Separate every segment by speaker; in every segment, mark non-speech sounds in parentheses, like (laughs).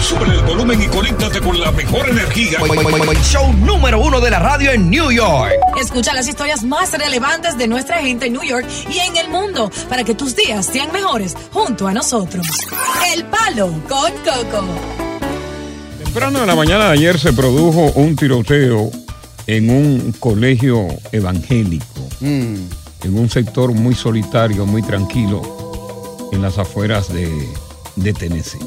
Speaker 1: Sube el volumen y conéctate con la mejor energía.
Speaker 2: Show número uno de la radio en New York.
Speaker 3: Escucha las historias más relevantes de nuestra gente en New York y en el mundo para que tus días sean mejores junto a nosotros. El Palo con Coco.
Speaker 4: Temprano en la mañana de ayer se produjo un tiroteo en un colegio evangélico, en un sector muy solitario, muy tranquilo, en las afueras de, de Tennessee.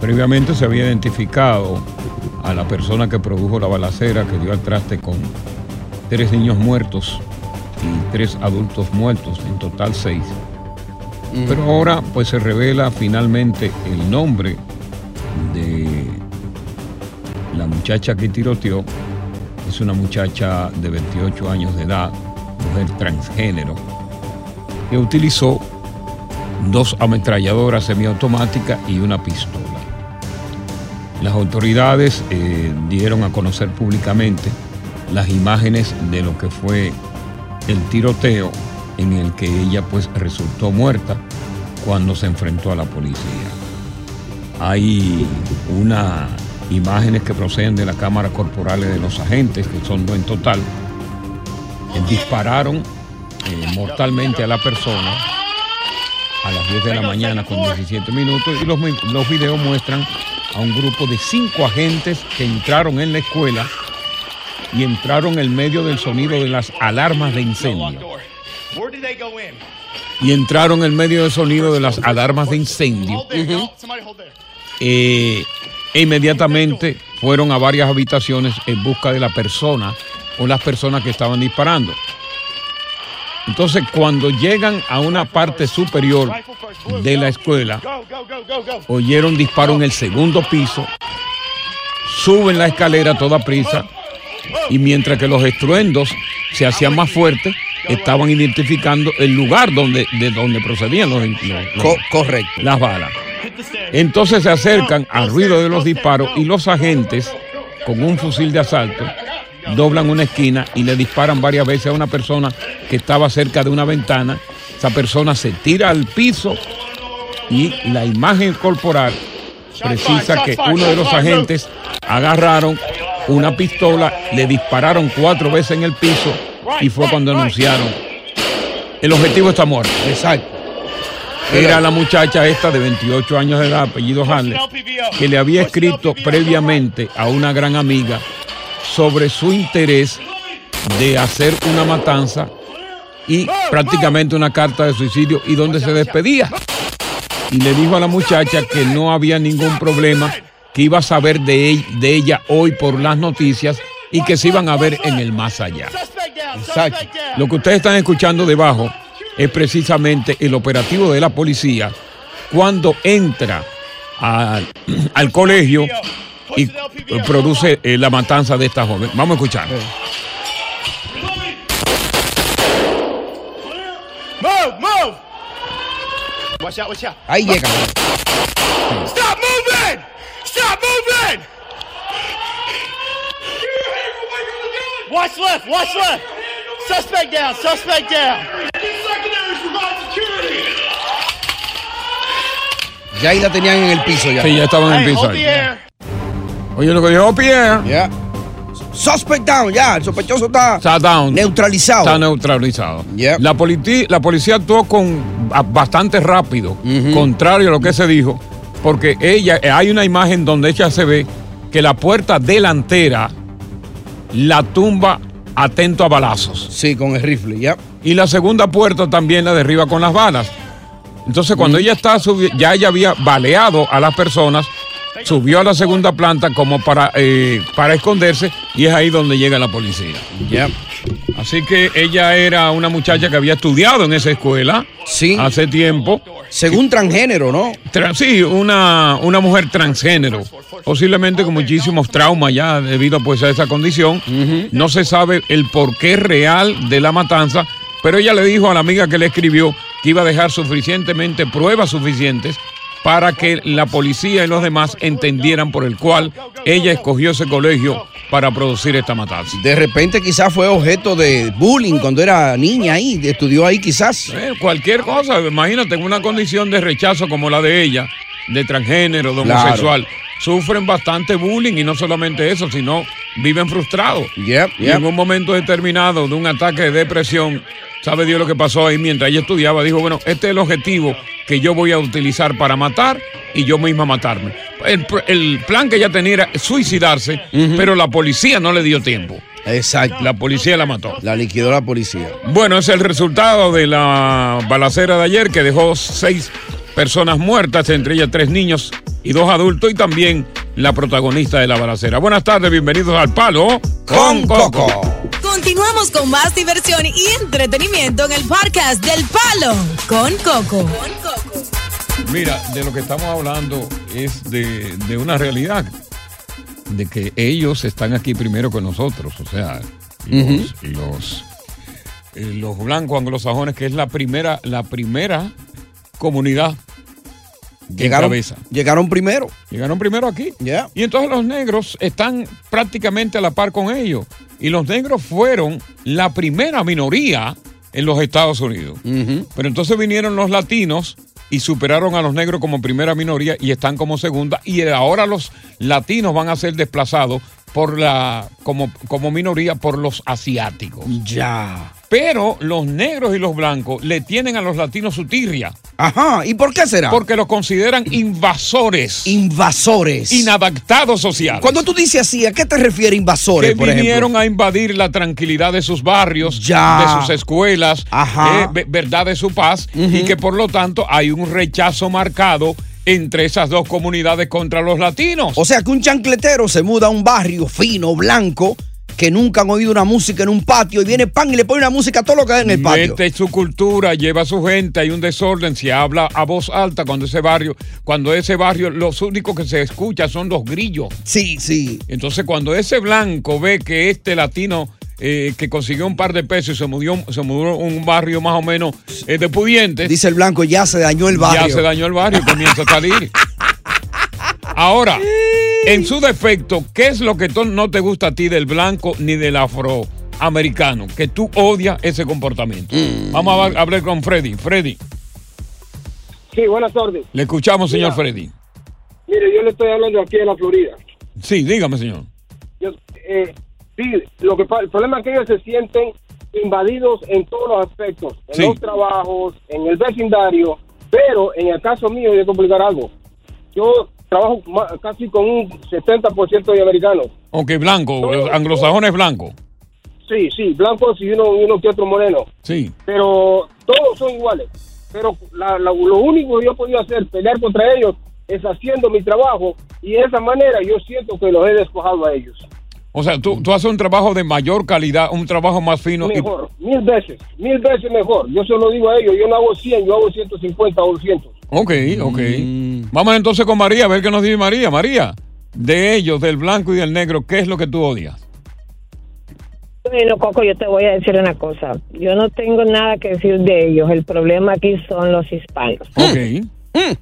Speaker 4: Previamente se había identificado a la persona que produjo la balacera que dio al traste con tres niños muertos y tres adultos muertos, en total seis. Pero ahora pues se revela finalmente el nombre de la muchacha que tiroteó. Es una muchacha de 28 años de edad, mujer transgénero, que utilizó dos ametralladoras semiautomáticas y una pistola. Las autoridades eh, dieron a conocer públicamente las imágenes de lo que fue el tiroteo en el que ella pues resultó muerta cuando se enfrentó a la policía. Hay unas imágenes que proceden de la cámara corporales de los agentes, que son dos en total, que dispararon eh, mortalmente a la persona a las 10 de la mañana con 17 minutos y los, mi- los videos muestran a un grupo de cinco agentes que entraron en la escuela y entraron en medio del sonido de las alarmas de incendio. Y entraron en medio del sonido de las alarmas de incendio. Eh, e inmediatamente fueron a varias habitaciones en busca de la persona o las personas que estaban disparando. Entonces, cuando llegan a una parte superior de la escuela, oyeron disparo en el segundo piso, suben la escalera a toda prisa y mientras que los estruendos se hacían más fuertes, estaban identificando el lugar donde, de donde procedían los, los- los-
Speaker 2: correcto.
Speaker 4: las balas. Entonces se acercan al ruido de los disparos y los agentes, con un fusil de asalto, doblan una esquina y le disparan varias veces a una persona que estaba cerca de una ventana. Esa persona se tira al piso y la imagen corporal precisa que uno de los agentes agarraron una pistola, le dispararon cuatro veces en el piso y fue cuando anunciaron, el objetivo está muerto.
Speaker 2: Exacto.
Speaker 4: Era la muchacha esta de 28 años de edad, apellido Harles, que le había escrito previamente a una gran amiga sobre su interés de hacer una matanza y prácticamente una carta de suicidio y donde se despedía. Y le dijo a la muchacha que no había ningún problema, que iba a saber de, él- de ella hoy por las noticias y que se iban a ver en el más allá.
Speaker 2: Exacto.
Speaker 4: Lo que ustedes están escuchando debajo es precisamente el operativo de la policía cuando entra al, (clears throat) al colegio y eh, produce eh, la matanza de esta joven. Vamos a escuchar.
Speaker 2: Ahí llega. Ya ahí la tenían en el piso ya.
Speaker 4: Sí, ya estaban en piso. ahí. Oye, lo que dijo Pierre.
Speaker 2: Ya. Suspect down, ya. El sospechoso está
Speaker 4: Está down.
Speaker 2: neutralizado.
Speaker 4: Está neutralizado.
Speaker 2: Yep.
Speaker 4: La, politi- la policía actuó con a- bastante rápido, contrario a lo que se dijo, porque ella, eh, hay una imagen donde ella se ve que la puerta delantera la tumba atento a balazos.
Speaker 5: Sí, con el rifle, ya.
Speaker 4: Y la segunda puerta también la derriba con las balas. Entonces, cuando ella está subi- ya ella había baleado a las personas, subió a la segunda planta como para, eh, para esconderse y es ahí donde llega la policía.
Speaker 5: Ya.
Speaker 4: Así que ella era una muchacha que había estudiado en esa escuela
Speaker 5: Sí.
Speaker 4: hace tiempo.
Speaker 5: Según transgénero, ¿no?
Speaker 4: Tra- sí, una, una mujer transgénero, posiblemente con muchísimos traumas ya debido pues a esa condición. No se sabe el porqué real de la matanza, pero ella le dijo a la amiga que le escribió que iba a dejar suficientemente pruebas suficientes para que la policía y los demás entendieran por el cual ella escogió ese colegio para producir esta matanza.
Speaker 5: De repente quizás fue objeto de bullying cuando era niña ahí, estudió ahí quizás.
Speaker 4: Eh, cualquier cosa, imagínate, en una condición de rechazo como la de ella, de transgénero, de
Speaker 5: Claro.
Speaker 4: homosexual, sufren bastante bullying y no solamente eso, sino viven frustrados.
Speaker 5: Yep,
Speaker 4: Y
Speaker 5: yep.
Speaker 4: en un momento determinado de un ataque de depresión, sabe Dios lo que pasó ahí mientras ella estudiaba, dijo, bueno, este es el objetivo que yo voy a utilizar para matar y yo misma matarme. El, pr- el plan que ella tenía era suicidarse, pero la policía no le dio tiempo.
Speaker 5: Exacto. La,
Speaker 4: La policía la mató.
Speaker 5: la liquidó la policía.
Speaker 4: Bueno, es el resultado de la balacera de ayer que dejó seis personas muertas, entre ellas tres niños y dos adultos, y también la protagonista de la balacera. Buenas tardes, bienvenidos al Palo
Speaker 5: Con Coco.
Speaker 3: Continuamos con más diversión y entretenimiento en el podcast del Palo con Coco.
Speaker 4: Mira, de lo que estamos hablando es de, de una realidad, de que ellos están aquí primero que nosotros, o sea, los, los, eh, los blancos anglosajones, que es la primera, la primera comunidad de
Speaker 5: Llegaron,
Speaker 4: cabeza.
Speaker 5: llegaron primero.
Speaker 4: Llegaron primero aquí.
Speaker 5: Ya.
Speaker 4: Y entonces los negros están prácticamente a la par con ellos. Y los negros fueron la primera minoría en los Estados Unidos. Pero entonces vinieron los latinos y superaron a los negros como primera minoría y están como segunda. Y ahora los latinos van a ser desplazados por la, como, como minoría por los asiáticos.
Speaker 5: Ya.
Speaker 4: Pero los negros y los blancos le tienen a los latinos su tirria
Speaker 5: Ajá. ¿Y por qué será?
Speaker 4: porque los consideran invasores.
Speaker 5: invasores.
Speaker 4: Inadaptados sociales.
Speaker 5: Cuando tú dices así, ¿a qué te refieres invasores,
Speaker 4: que
Speaker 5: por
Speaker 4: vinieron
Speaker 5: ejemplo?
Speaker 4: a invadir la tranquilidad de sus barrios,
Speaker 5: Ya.
Speaker 4: de sus escuelas,
Speaker 5: Ajá.
Speaker 4: eh, ve- verdad de su paz, y que por lo tanto hay un rechazo marcado entre esas dos comunidades contra los latinos.
Speaker 5: O sea, que un chancletero se muda a un barrio fino, blanco, que nunca han oído una música en un patio y viene pan y le pone una música a todo lo que hay en el patio.
Speaker 4: Mete su cultura, lleva a su gente, hay un desorden, se habla a voz alta cuando ese barrio, cuando ese barrio, los únicos que se escucha son los grillos.
Speaker 5: Sí, sí.
Speaker 4: Entonces, cuando ese blanco ve que este latino eh, que consiguió un par de pesos y se mudó, se mudó a un barrio más o menos eh, de pudientes,
Speaker 5: Dice el blanco, ya se dañó el barrio.
Speaker 4: ya se dañó el barrio y comienza a salir. Ahora, en su defecto, ¿qué es lo que to- no te gusta a ti del blanco ni del afroamericano? Que tú odias ese comportamiento.
Speaker 5: Mm.
Speaker 4: Vamos a hab- hablar con Freddy. Freddy,
Speaker 6: Sí, buenas tardes.
Speaker 4: le escuchamos, señor Freddy.
Speaker 6: Mire, yo le estoy hablando aquí de la Florida.
Speaker 4: Sí, dígame, señor.
Speaker 6: Yo, eh, sí, lo que, pa- el problema es que ellos se sienten invadidos en todos los aspectos, en
Speaker 4: Sí.
Speaker 6: los trabajos, en el vecindario, pero en el caso mío, yo te voy a explicar algo. Yo trabajo ma- casi con un 70% de americanos.
Speaker 4: Ok, blanco, eh, anglosajón es blanco.
Speaker 6: Sí, sí, blancos y uno, y uno que otro moreno.
Speaker 4: Sí.
Speaker 6: pero todos son iguales. Pero la- la- lo único que yo he podido hacer, pelear contra ellos, es haciendo mi trabajo y de esa manera yo siento que los he despojado a ellos.
Speaker 4: O sea, tú, tú haces un trabajo de mayor calidad, un trabajo más fino. y-
Speaker 6: Mejor, mil veces, mil veces mejor. Yo se lo digo a ellos, yo no hago 100, yo hago 150 o 200.
Speaker 4: ok, ok. Mm. Vamos entonces con María, a ver qué nos dice María. María, de ellos, del blanco y del negro, ¿qué es lo que tú odias?
Speaker 6: Bueno, Coco, yo te voy a decir una cosa. Yo no tengo nada que decir de ellos. El problema aquí son los hispanos.
Speaker 4: Ok. Mm.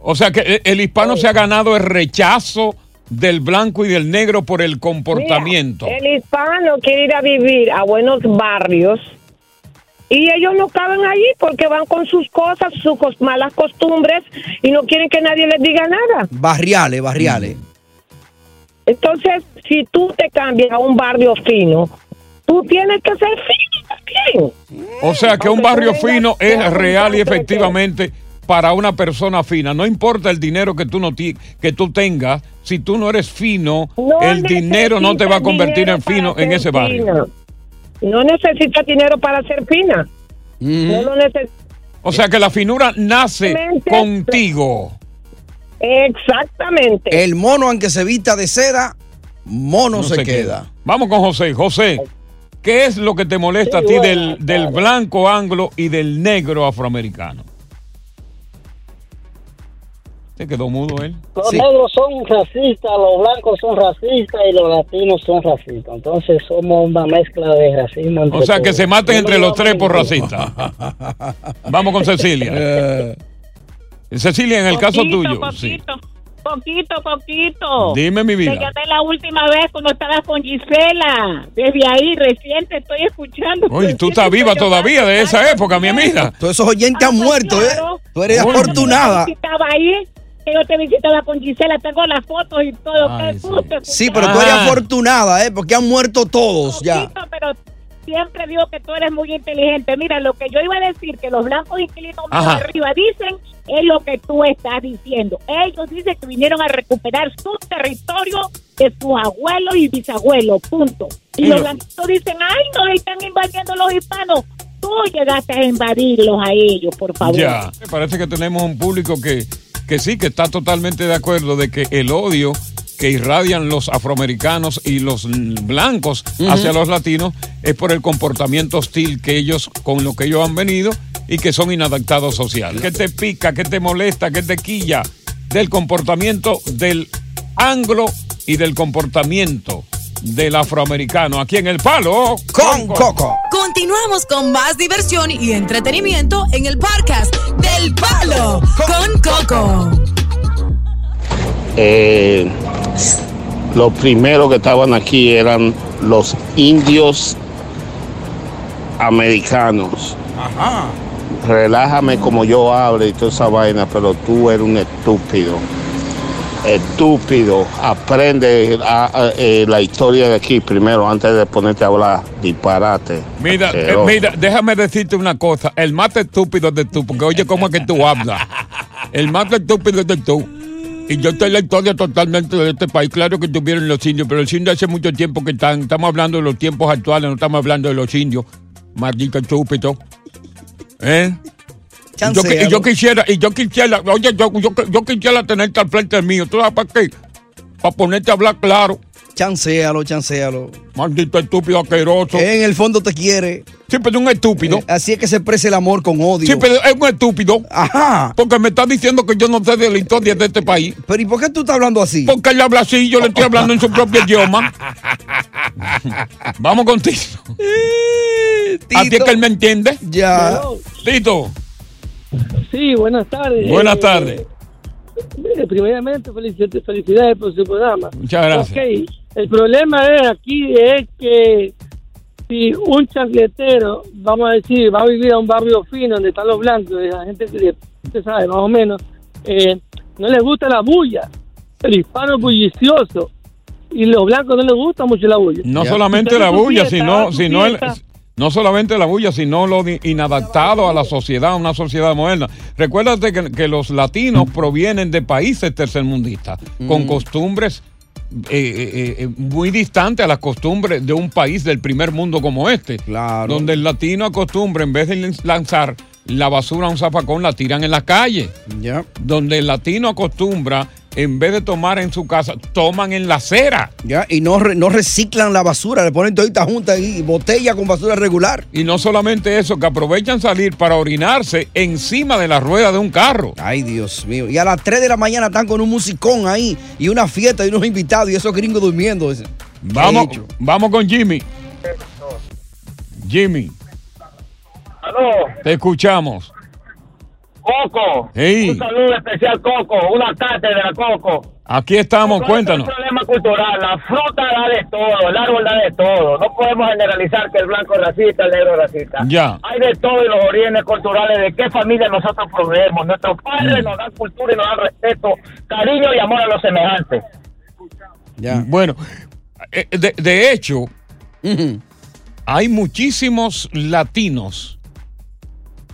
Speaker 4: O sea que e- el hispano
Speaker 6: Oh.
Speaker 4: se ha ganado el rechazo del blanco y del negro por el comportamiento.
Speaker 6: Mira, el hispano quiere ir a vivir a buenos barrios y ellos no caben ahí porque van con sus cosas, sus cos- malas costumbres y no quieren que nadie les diga nada. Mm.
Speaker 5: Barriales, barriales.
Speaker 6: Entonces, si tú te cambias a un barrio fino, tú tienes que ser fino también.
Speaker 4: O sea que un
Speaker 6: Aunque tú
Speaker 4: barrio
Speaker 6: vengas
Speaker 4: fino
Speaker 6: de
Speaker 4: es
Speaker 6: un
Speaker 4: real y
Speaker 6: centro que-
Speaker 4: efectivamente para una persona fina. No importa el dinero que tú, no ti- que tú tengas, si tú no eres fino, el dinero no te va a convertir en fino en ese barrio.
Speaker 6: No necesitas dinero para ser fina. No lo necesitas.
Speaker 4: O sea que la finura nace
Speaker 6: Exactamente.
Speaker 4: contigo.
Speaker 6: Exactamente.
Speaker 5: El mono, aunque se vista de seda, mono se, queda.
Speaker 4: Vamos con José. José, ¿qué es lo que te molesta a ti del, del blanco anglo y del negro afroamericano? Se quedó mudo él.
Speaker 7: Los negros son racistas, los blancos son racistas y los latinos son racistas. Entonces somos una mezcla de racismo. entre
Speaker 4: O sea que
Speaker 7: todos.
Speaker 4: se maten
Speaker 7: Yo
Speaker 4: entre
Speaker 7: no
Speaker 4: los tres por
Speaker 7: llamo
Speaker 4: racista. Vamos con
Speaker 5: Eh.
Speaker 4: Cecilia. Cecilia, en el caso
Speaker 8: Poquito,
Speaker 4: tuyo. sí.
Speaker 8: Poquito, poquito, poquito.
Speaker 4: Dime, mi vida.
Speaker 8: Te llamé la última vez cuando estabas con Gisela. Desde ahí, recién te estoy escuchando.
Speaker 4: Oye, tú estás viva todavía de esa época, mi amiga.
Speaker 5: Todos esos oyentes han muerto, ¿eh? Tú eres
Speaker 4: Uy.
Speaker 5: afortunada.
Speaker 8: Estaba ahí, que yo te visitaba con Gisela. Tengo las fotos y todo. Qué susto
Speaker 5: Sí, pero tú eres
Speaker 4: Ah.
Speaker 8: escuchar.
Speaker 5: afortunada, ¿eh? Porque han muerto todos ya.
Speaker 8: pero siempre digo que tú eres muy inteligente. Mira, lo que yo iba a decir, que los blancos inquilinos más
Speaker 5: Ajá.
Speaker 8: arriba dicen, es lo que tú estás diciendo. Ellos dicen que vinieron a recuperar su territorio de sus abuelos y bisabuelos, punto. Y
Speaker 9: Y
Speaker 8: los
Speaker 9: lo-
Speaker 8: blancos dicen, ay, no, están invadiendo los hispanos. Tú llegaste a invadirlos a ellos, por favor.
Speaker 4: Ya. Me parece que tenemos un público que, que sí, que está totalmente de acuerdo de que el odio que irradian los afroamericanos y los mm, blancos
Speaker 10: Ujú.
Speaker 4: hacia los latinos es por el comportamiento hostil que ellos, con lo que ellos han venido y que son inadaptados social. ¿Qué te pica? ¿Qué te molesta? ¿Qué te quilla? Del comportamiento del anglo y del comportamiento del afroamericano. Aquí en El Palo con Coco.
Speaker 3: Continuamos con más diversión y entretenimiento en el podcast del Palo con Coco.
Speaker 11: Eh, los primeros que estaban aquí eran los indios americanos.
Speaker 5: Ajá.
Speaker 11: Relájame como yo hablo y toda esa vaina, pero tú eres un estúpido. Estúpido. Aprende a- a- eh, la historia de aquí primero antes de ponerte a hablar disparate.
Speaker 4: Mira, eh,
Speaker 11: Asqueroso.
Speaker 4: mira, déjame decirte una cosa. El más estúpido de tú, porque oye cómo es que tú hablas. El más estúpido de tú. Y yo estoy la historia totalmente de este país. Claro que tuvieron los indios, pero los indios hace mucho tiempo que están. Estamos hablando de los tiempos actuales, no estamos hablando de los indios. Maldito estúpido. ¿Eh? Y yo, qui- y yo quisiera, y yo quisiera, oye, yo, yo, yo quisiera tenerte al frente mío. ¿Tú sabes para qué? Para ponerte a hablar claro.
Speaker 5: Chancéalo, chancéalo.
Speaker 4: Maldito estúpido asqueroso.
Speaker 5: En el fondo te quiere.
Speaker 4: Sí, pero un estúpido.
Speaker 5: Eh, así es que se expresa el amor con odio.
Speaker 4: Sí, pero es un estúpido.
Speaker 5: Ajá.
Speaker 4: Porque me está diciendo que yo no sé de la historia de este país.
Speaker 5: Pero ¿y por qué tú estás hablando así?
Speaker 4: Porque él habla así, yo le estoy hablando en su
Speaker 5: (laughs)
Speaker 4: propio idioma. Vamos con Tito. Así es que él me entiende.
Speaker 5: Ya.
Speaker 4: Tito,
Speaker 7: Sí, buenas tardes.
Speaker 4: buenas
Speaker 7: Eh,
Speaker 4: tardes.
Speaker 7: eh, primeramente, felicidades, felicidades por su programa.
Speaker 4: Muchas gracias.
Speaker 7: Ok, el problema es aquí es que si un chancletero, vamos a decir, va a vivir a un barrio fino donde están los blancos, y la gente que usted sabe más o menos, eh, no les gusta la bulla. El hispano es bullicioso y los blancos no les gusta mucho la bulla.
Speaker 4: No solamente
Speaker 7: Entonces,
Speaker 4: la
Speaker 7: tú
Speaker 4: bulla,
Speaker 7: piensas,
Speaker 4: sino,
Speaker 7: tú
Speaker 4: sino el-
Speaker 7: piensas-
Speaker 4: no solamente la bulla, sino lo de- inadaptado a la sociedad, a una sociedad moderna. Recuérdate que, que los
Speaker 7: Mm.
Speaker 4: latinos provienen de países tercermundistas, con costumbres eh, eh, eh, muy distantes a las costumbres de un país del primer mundo como este, donde el latino acostumbra, en vez de lanzar la basura a un zapacón, la tiran en la calle
Speaker 5: Ya.
Speaker 4: donde el latino acostumbra, en vez de tomar en su casa, toman en la acera.
Speaker 5: Ya, y no, re- no reciclan la basura, le ponen todita junta y botella con basura regular.
Speaker 4: Y no solamente eso, que aprovechan salir para orinarse encima de la rueda de un carro.
Speaker 5: Ay, Dios mío. Y a las 3 de la mañana están con un musicón ahí y una fiesta y unos invitados y esos gringos durmiendo. Dicen, ¿qué
Speaker 4: Vamos,
Speaker 5: he hecho?
Speaker 4: vamos con Jimmy. Jimmy,
Speaker 12: Aló,
Speaker 4: te escuchamos.
Speaker 12: Coco.
Speaker 4: Sí.
Speaker 12: Un saludo especial, Coco. Una cátedra, Coco.
Speaker 4: Aquí estamos,
Speaker 12: ¿Cuál es el
Speaker 4: cuéntanos.
Speaker 12: problema cultural? La fruta da de todo, el árbol da de todo. No podemos generalizar que el blanco es racista, el negro es racista.
Speaker 4: Ya.
Speaker 12: Hay de todo y los orígenes culturales de qué familia nosotros proveemos. Nuestros padres
Speaker 4: Mm.
Speaker 12: nos dan cultura y nos dan respeto, cariño y amor a los semejantes.
Speaker 4: Bueno, eh, de, de hecho, hay muchísimos latinos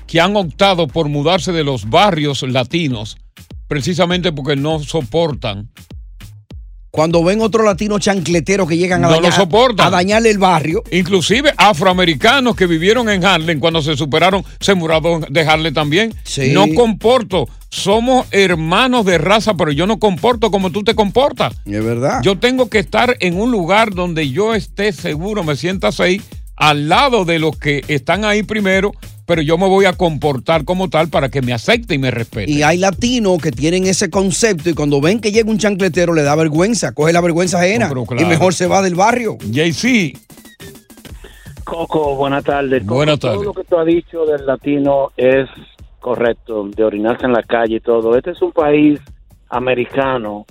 Speaker 4: que han optado por mudarse de los barrios latinos precisamente porque no soportan.
Speaker 5: Cuando ven otros latinos chancleteros que llegan a,
Speaker 4: No lo
Speaker 5: dañar,
Speaker 4: soportan.
Speaker 5: a dañarle el barrio.
Speaker 4: Inclusive afroamericanos que vivieron en Harlem cuando se superaron, se muraron de Harlem también.
Speaker 5: Sí.
Speaker 4: No comporto. Somos hermanos de raza, pero yo no comporto como tú te comportas.
Speaker 5: Es verdad.
Speaker 4: Yo tengo que estar en un lugar donde yo esté seguro, me sientas ahí, al lado de los que están ahí primero, pero yo me voy a comportar como tal para que me acepte y me respete.
Speaker 5: Y hay latinos que tienen ese concepto y cuando ven que llega un chancletero le da vergüenza, coge la vergüenza ajena
Speaker 4: No, pero claro.
Speaker 5: y mejor se va del barrio.
Speaker 4: JC.
Speaker 9: Coco, buenas tardes. Coco.
Speaker 4: Buenas
Speaker 9: Todo
Speaker 4: tardes.
Speaker 9: lo que tú has dicho del latino es correcto, de orinarse en la calle y todo. Este es un país americano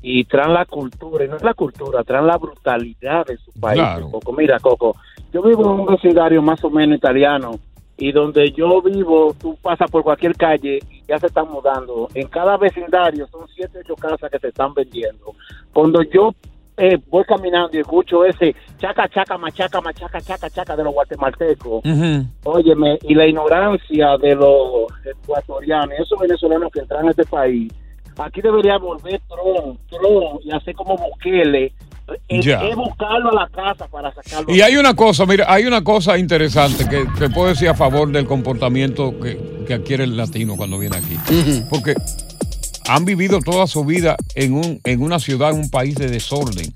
Speaker 9: y traen la cultura, y no es la cultura, traen la brutalidad de su país.
Speaker 10: Claro.
Speaker 9: Coco. Mira, Coco, yo vivo en un vecindario más o menos italiano y donde yo vivo, tú pasas por cualquier calle y ya se están mudando. En cada vecindario son siete, ocho casas que se están vendiendo. Cuando yo eh, voy caminando y escucho ese chaca, chaca, machaca, machaca, chaca, chaca de los guatemaltecos, Óyeme, y la ignorancia de los ecuatorianos, esos venezolanos que entran a este país, aquí debería volver Tron, Tron, y hacer como Bukele, es,
Speaker 4: Ya.
Speaker 9: es buscarlo a la casa para sacarlo.
Speaker 4: Y hay una cosa, mira, hay una cosa interesante que te puedo decir a favor del comportamiento que, que adquiere el latino cuando viene aquí. Porque han vivido toda su vida en, un, en una ciudad, en un país de desorden,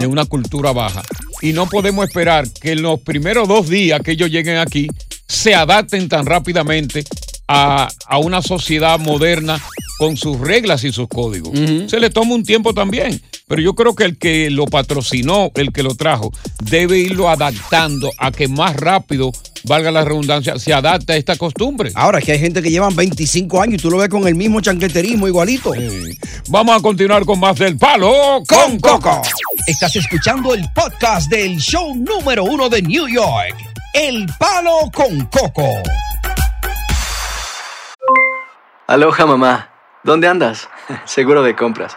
Speaker 4: de una cultura baja. Y no podemos esperar que en los primeros dos días que ellos lleguen aquí se adapten tan rápidamente a, a una sociedad moderna con sus reglas y sus códigos. Se le toma un tiempo también, pero yo creo que el que lo patrocinó, el que lo trajo, debe irlo adaptando a que más rápido, valga la redundancia, se adapte a esta costumbre.
Speaker 5: Ahora que hay gente que llevan 25 años y tú lo ves con el mismo chancleterismo igualito.
Speaker 4: Vamos a continuar con más del Palo
Speaker 5: con Coco. Estás escuchando el podcast del show número uno de New York. El Palo con Coco.
Speaker 13: Aloha mamá, ¿dónde andas? (laughs) Seguro de compras.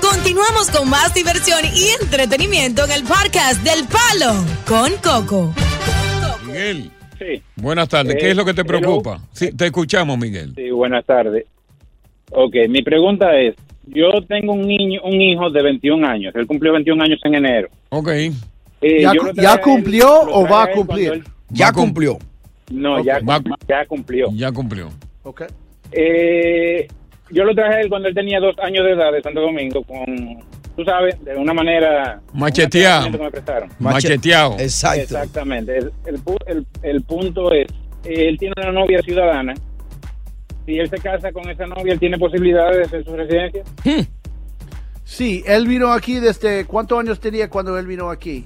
Speaker 3: Continuamos con más diversión y entretenimiento en el podcast del Palo con Coco.
Speaker 4: Miguel.
Speaker 14: Sí.
Speaker 4: Buenas tardes. ¿Qué
Speaker 14: Eh,
Speaker 4: es lo que te
Speaker 14: hello.
Speaker 4: preocupa? Sí, te escuchamos, Miguel.
Speaker 14: Sí, buenas tardes. Ok, mi pregunta es, yo tengo un niño, un hijo de 21 años, él cumplió 21 años en enero. Eh,
Speaker 4: Ok.
Speaker 15: ¿Ya, cu- ya cumplió o va a cumplir?
Speaker 5: Ya cumplió.
Speaker 14: No, ya, ya cumplió.
Speaker 4: Ya cumplió.
Speaker 15: Ok.
Speaker 14: Eh, yo lo traje a él cuando él tenía dos años de edad de Santo Domingo con, tú sabes, de una manera...
Speaker 4: Macheteado.
Speaker 14: una manera que me prestaron.
Speaker 4: Macheteado.
Speaker 14: Exactamente. El, el pu- el- el punto es, él tiene una novia ciudadana. Si él se casa con esa novia, él tiene posibilidades de hacer su residencia.
Speaker 4: Hmm.
Speaker 15: Sí, él vino aquí desde... ¿Cuántos años tenía cuando él vino aquí?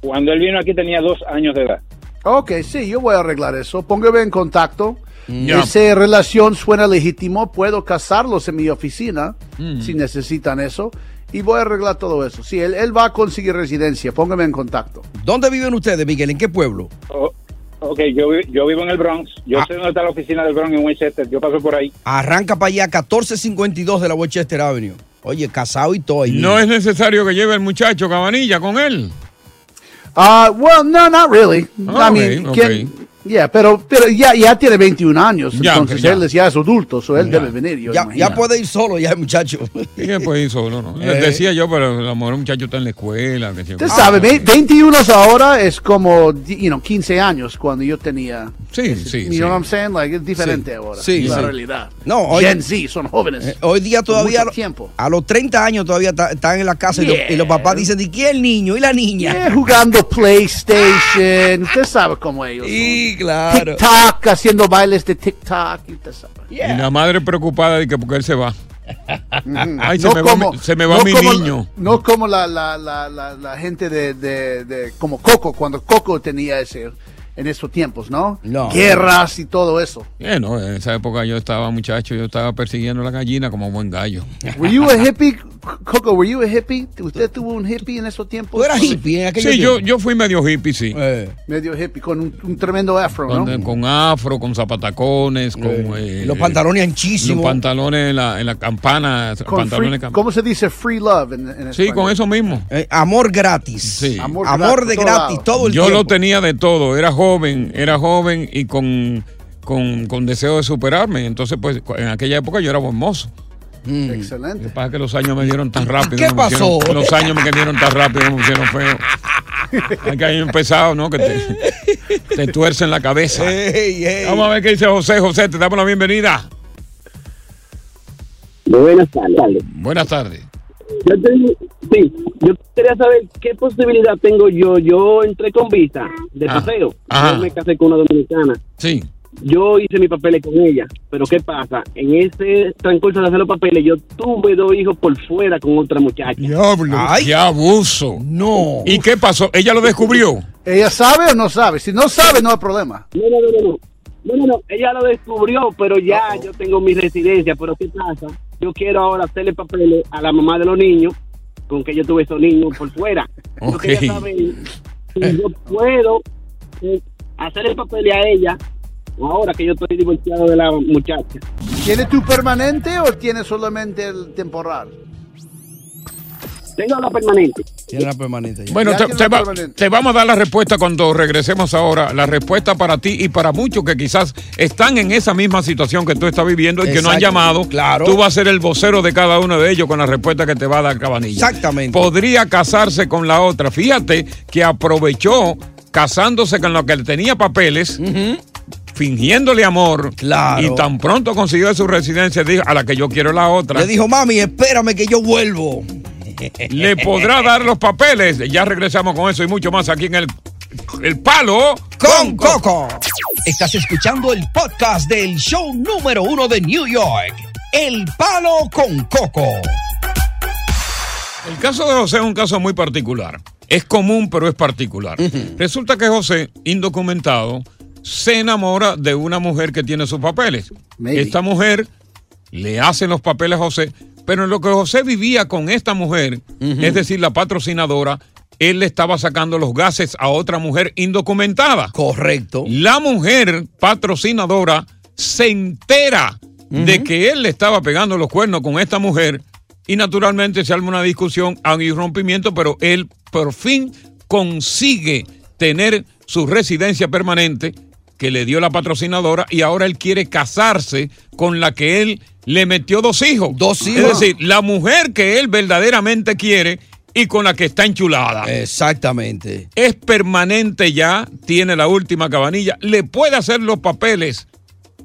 Speaker 14: Cuando él vino aquí tenía dos años de edad.
Speaker 15: Ok, sí, yo voy a arreglar eso. Póngame en contacto.
Speaker 5: Mm.
Speaker 14: Ya.
Speaker 15: Esa relación suena legítimo. Puedo casarlos en mi oficina
Speaker 4: Mm.
Speaker 15: si necesitan eso. Y voy a arreglar todo eso. Sí, él, él va a conseguir residencia. Póngame en contacto.
Speaker 5: ¿Dónde viven ustedes, Miguel? ¿En qué pueblo?
Speaker 14: O- ok, yo, vi- yo vivo en el Bronx. Yo
Speaker 4: Ah.
Speaker 14: sé dónde está la oficina del Bronx en Winchester. Yo paso por ahí.
Speaker 5: Arranca para allá, 1452 de la Westchester Avenue. Oye, casado y todo. ahí.
Speaker 4: No es necesario que lleve el muchacho cabanilla con él.
Speaker 15: Ah, well, no, not really.
Speaker 4: Ah,
Speaker 15: I mean,
Speaker 4: ok,
Speaker 15: ¿quién- Ya, pero, pero ya, ya tiene 21 años,
Speaker 4: Ya,
Speaker 15: entonces
Speaker 4: ya.
Speaker 15: él es- ya es adulto, so él debe venir. yo
Speaker 5: Ya,
Speaker 15: imagino.
Speaker 5: ya puede ir solo, ya, muchacho.
Speaker 4: Y después pues, hizo, no, no. Les
Speaker 5: Eh.
Speaker 4: decía yo, pero a lo mejor el muchacho está en la escuela. Que
Speaker 15: Usted sabe, ve- 21 ahora es como, you know, 15 años cuando yo tenía.
Speaker 4: Sí, sí.
Speaker 15: you know what I'm saying? Like, es diferente ahora.
Speaker 5: sí,
Speaker 15: la
Speaker 5: sí.
Speaker 15: realidad.
Speaker 5: No, hoy-
Speaker 15: Gen Z, son jóvenes.
Speaker 5: Eh, Hoy día
Speaker 15: Con
Speaker 5: todavía,
Speaker 15: mucho
Speaker 5: a lo-
Speaker 15: tiempo.
Speaker 5: a los 30 años todavía está- están en la casa y los- y,
Speaker 15: Yeah.
Speaker 5: los papás dicen, ¿y quién es el niño y la niña?
Speaker 15: Eh, jugando
Speaker 5: (laughs)
Speaker 15: PlayStation. Usted sabe cómo ellos.
Speaker 5: Y claro.
Speaker 15: TikTok, haciendo bailes de TikTok. y Usted sabe.
Speaker 4: Ah, Y la madre preocupada de que porque él se va. Ay, se
Speaker 15: No
Speaker 4: me va,
Speaker 15: como-
Speaker 4: mi- se me va
Speaker 15: no
Speaker 4: mi
Speaker 15: como-
Speaker 4: niño.
Speaker 15: No como la, la, la, la, la gente de, de, de- como Coco, cuando Coco tenía ese en esos tiempos, ¿no?
Speaker 4: No.
Speaker 15: Guerras y todo eso.
Speaker 4: Bueno, en esa época yo estaba muchacho, yo estaba persiguiendo la gallina como buen gallo.
Speaker 15: Were you
Speaker 4: (laughs)
Speaker 15: a hippie? Coco, were you a hippie? ¿Usted tuvo un hippie en esos tiempos?
Speaker 5: Tú eras hippie en aquellos
Speaker 4: Sí, yo,
Speaker 5: tiempos.
Speaker 4: yo fui medio hippie, sí.
Speaker 15: Eh. Medio hippie, con un, un tremendo afro, ¿no?
Speaker 4: Con, eh, con afro, con zapatacones, con... eh,
Speaker 5: Los pantalones
Speaker 4: Los
Speaker 5: anchísimos.
Speaker 4: pantalones en la, en la campana,
Speaker 15: Con
Speaker 4: pantalones
Speaker 15: free-
Speaker 4: campana.
Speaker 15: ¿Cómo se dice free love en, en
Speaker 4: Sí,
Speaker 15: español?
Speaker 4: con eso mismo.
Speaker 5: Eh, amor gratis. Amor, de gratis, todo el
Speaker 4: Yo
Speaker 5: tiempo.
Speaker 4: lo tenía de todo, era joven, era joven y con, con, con deseo de superarme. Entonces, pues, cu- en aquella época yo era buen mozo. Lo
Speaker 15: Excelente.
Speaker 4: que pasa es que los años me dieron tan rápido.
Speaker 5: Mm. ¿Qué
Speaker 4: me pusieron-
Speaker 5: pasó?
Speaker 4: los años me dieron tan rápido, me pusieron feo. Hay que haber empezado, ¿no? Que te, te tuercen
Speaker 5: (laughs)
Speaker 4: la cabeza.
Speaker 5: Ey, ey.
Speaker 4: Vamos a ver qué dice José. José, te damos la bienvenida.
Speaker 10: Buenas tardes.
Speaker 4: Buenas tardes.
Speaker 10: Yo tengo- sí, yo quería saber qué posibilidad tengo yo. Yo entré con visa de
Speaker 4: Ah,
Speaker 10: paseo.
Speaker 4: ajá.
Speaker 10: Yo me casé con una dominicana.
Speaker 4: Sí.
Speaker 10: Yo hice mis papeles con ella, pero ¿qué pasa? En ese transcurso de hacer los papeles, yo tuve dos hijos por fuera con otra muchacha.
Speaker 4: Ay. ¡Qué abuso!
Speaker 5: No.
Speaker 4: ¿Y qué pasó? ¿Ella lo descubrió?
Speaker 15: ¿Ella sabe o no sabe? Si no sabe, no hay problema.
Speaker 10: No, no, no, no, no. No, no, no. Ella lo descubrió, pero ya yo tengo mi residencia. Pero ¿qué pasa? Yo quiero ahora hacerle papeles a la mamá de los niños, con que yo tuve esos niños por
Speaker 5: (laughs)
Speaker 10: fuera. Yo quería
Speaker 4: Ok.
Speaker 10: saber si yo puedo eh, hacerle papeles a ella ahora que yo estoy divorciado de la muchacha.
Speaker 15: ¿Tiene tu permanente o tiene solamente el temporal?
Speaker 10: Tengo la permanente.
Speaker 5: Tiene la permanente. ya.
Speaker 4: Bueno,
Speaker 15: Ya
Speaker 4: te,
Speaker 15: tiene
Speaker 4: te
Speaker 15: la
Speaker 4: va-
Speaker 15: permanente.
Speaker 4: te vamos a dar la respuesta cuando regresemos ahora. La respuesta para ti y para muchos que quizás están en esa misma situación que tú estás viviendo y que no han
Speaker 5: Exacto,
Speaker 4: llamado.
Speaker 5: claro.
Speaker 4: Tú vas a ser el vocero de cada uno de ellos con la respuesta que te va a dar Cabanilla.
Speaker 5: Exactamente.
Speaker 4: Podría casarse con la otra. Fíjate que aprovechó casándose con la que tenía papeles. Fingiéndole amor.
Speaker 5: Claro.
Speaker 4: Y tan pronto consiguió su residencia, dijo, a la que yo quiero es la otra.
Speaker 5: Le dijo, mami, espérame que yo vuelvo.
Speaker 4: le podrá dar los papeles. Ya regresamos con eso y mucho más aquí en el, el Palo
Speaker 5: con Coco. Estás escuchando el podcast del show número uno de New York, El Palo con Coco.
Speaker 4: El caso de José es un caso muy particular. Es común, pero es particular. Resulta que José, indocumentado, se enamora de una mujer que tiene sus papeles.
Speaker 15: Maybe.
Speaker 4: Esta mujer le hace los papeles a José, pero en lo que José vivía con esta mujer, es decir, la patrocinadora, él le estaba sacando los gases a otra mujer indocumentada.
Speaker 5: Correcto.
Speaker 4: La mujer patrocinadora se entera de que él le estaba pegando los cuernos con esta mujer y naturalmente se arma una discusión, hay un rompimiento, pero él por fin consigue tener su residencia permanente que le dio la patrocinadora y ahora él quiere casarse con la que él le metió dos hijos.
Speaker 5: Dos hijos.
Speaker 4: Es decir, la mujer que él verdaderamente quiere y con la que está enchulada
Speaker 15: Eh.
Speaker 5: Exactamente.
Speaker 4: es permanente ya, tiene la última cabanilla, le puede hacer los papeles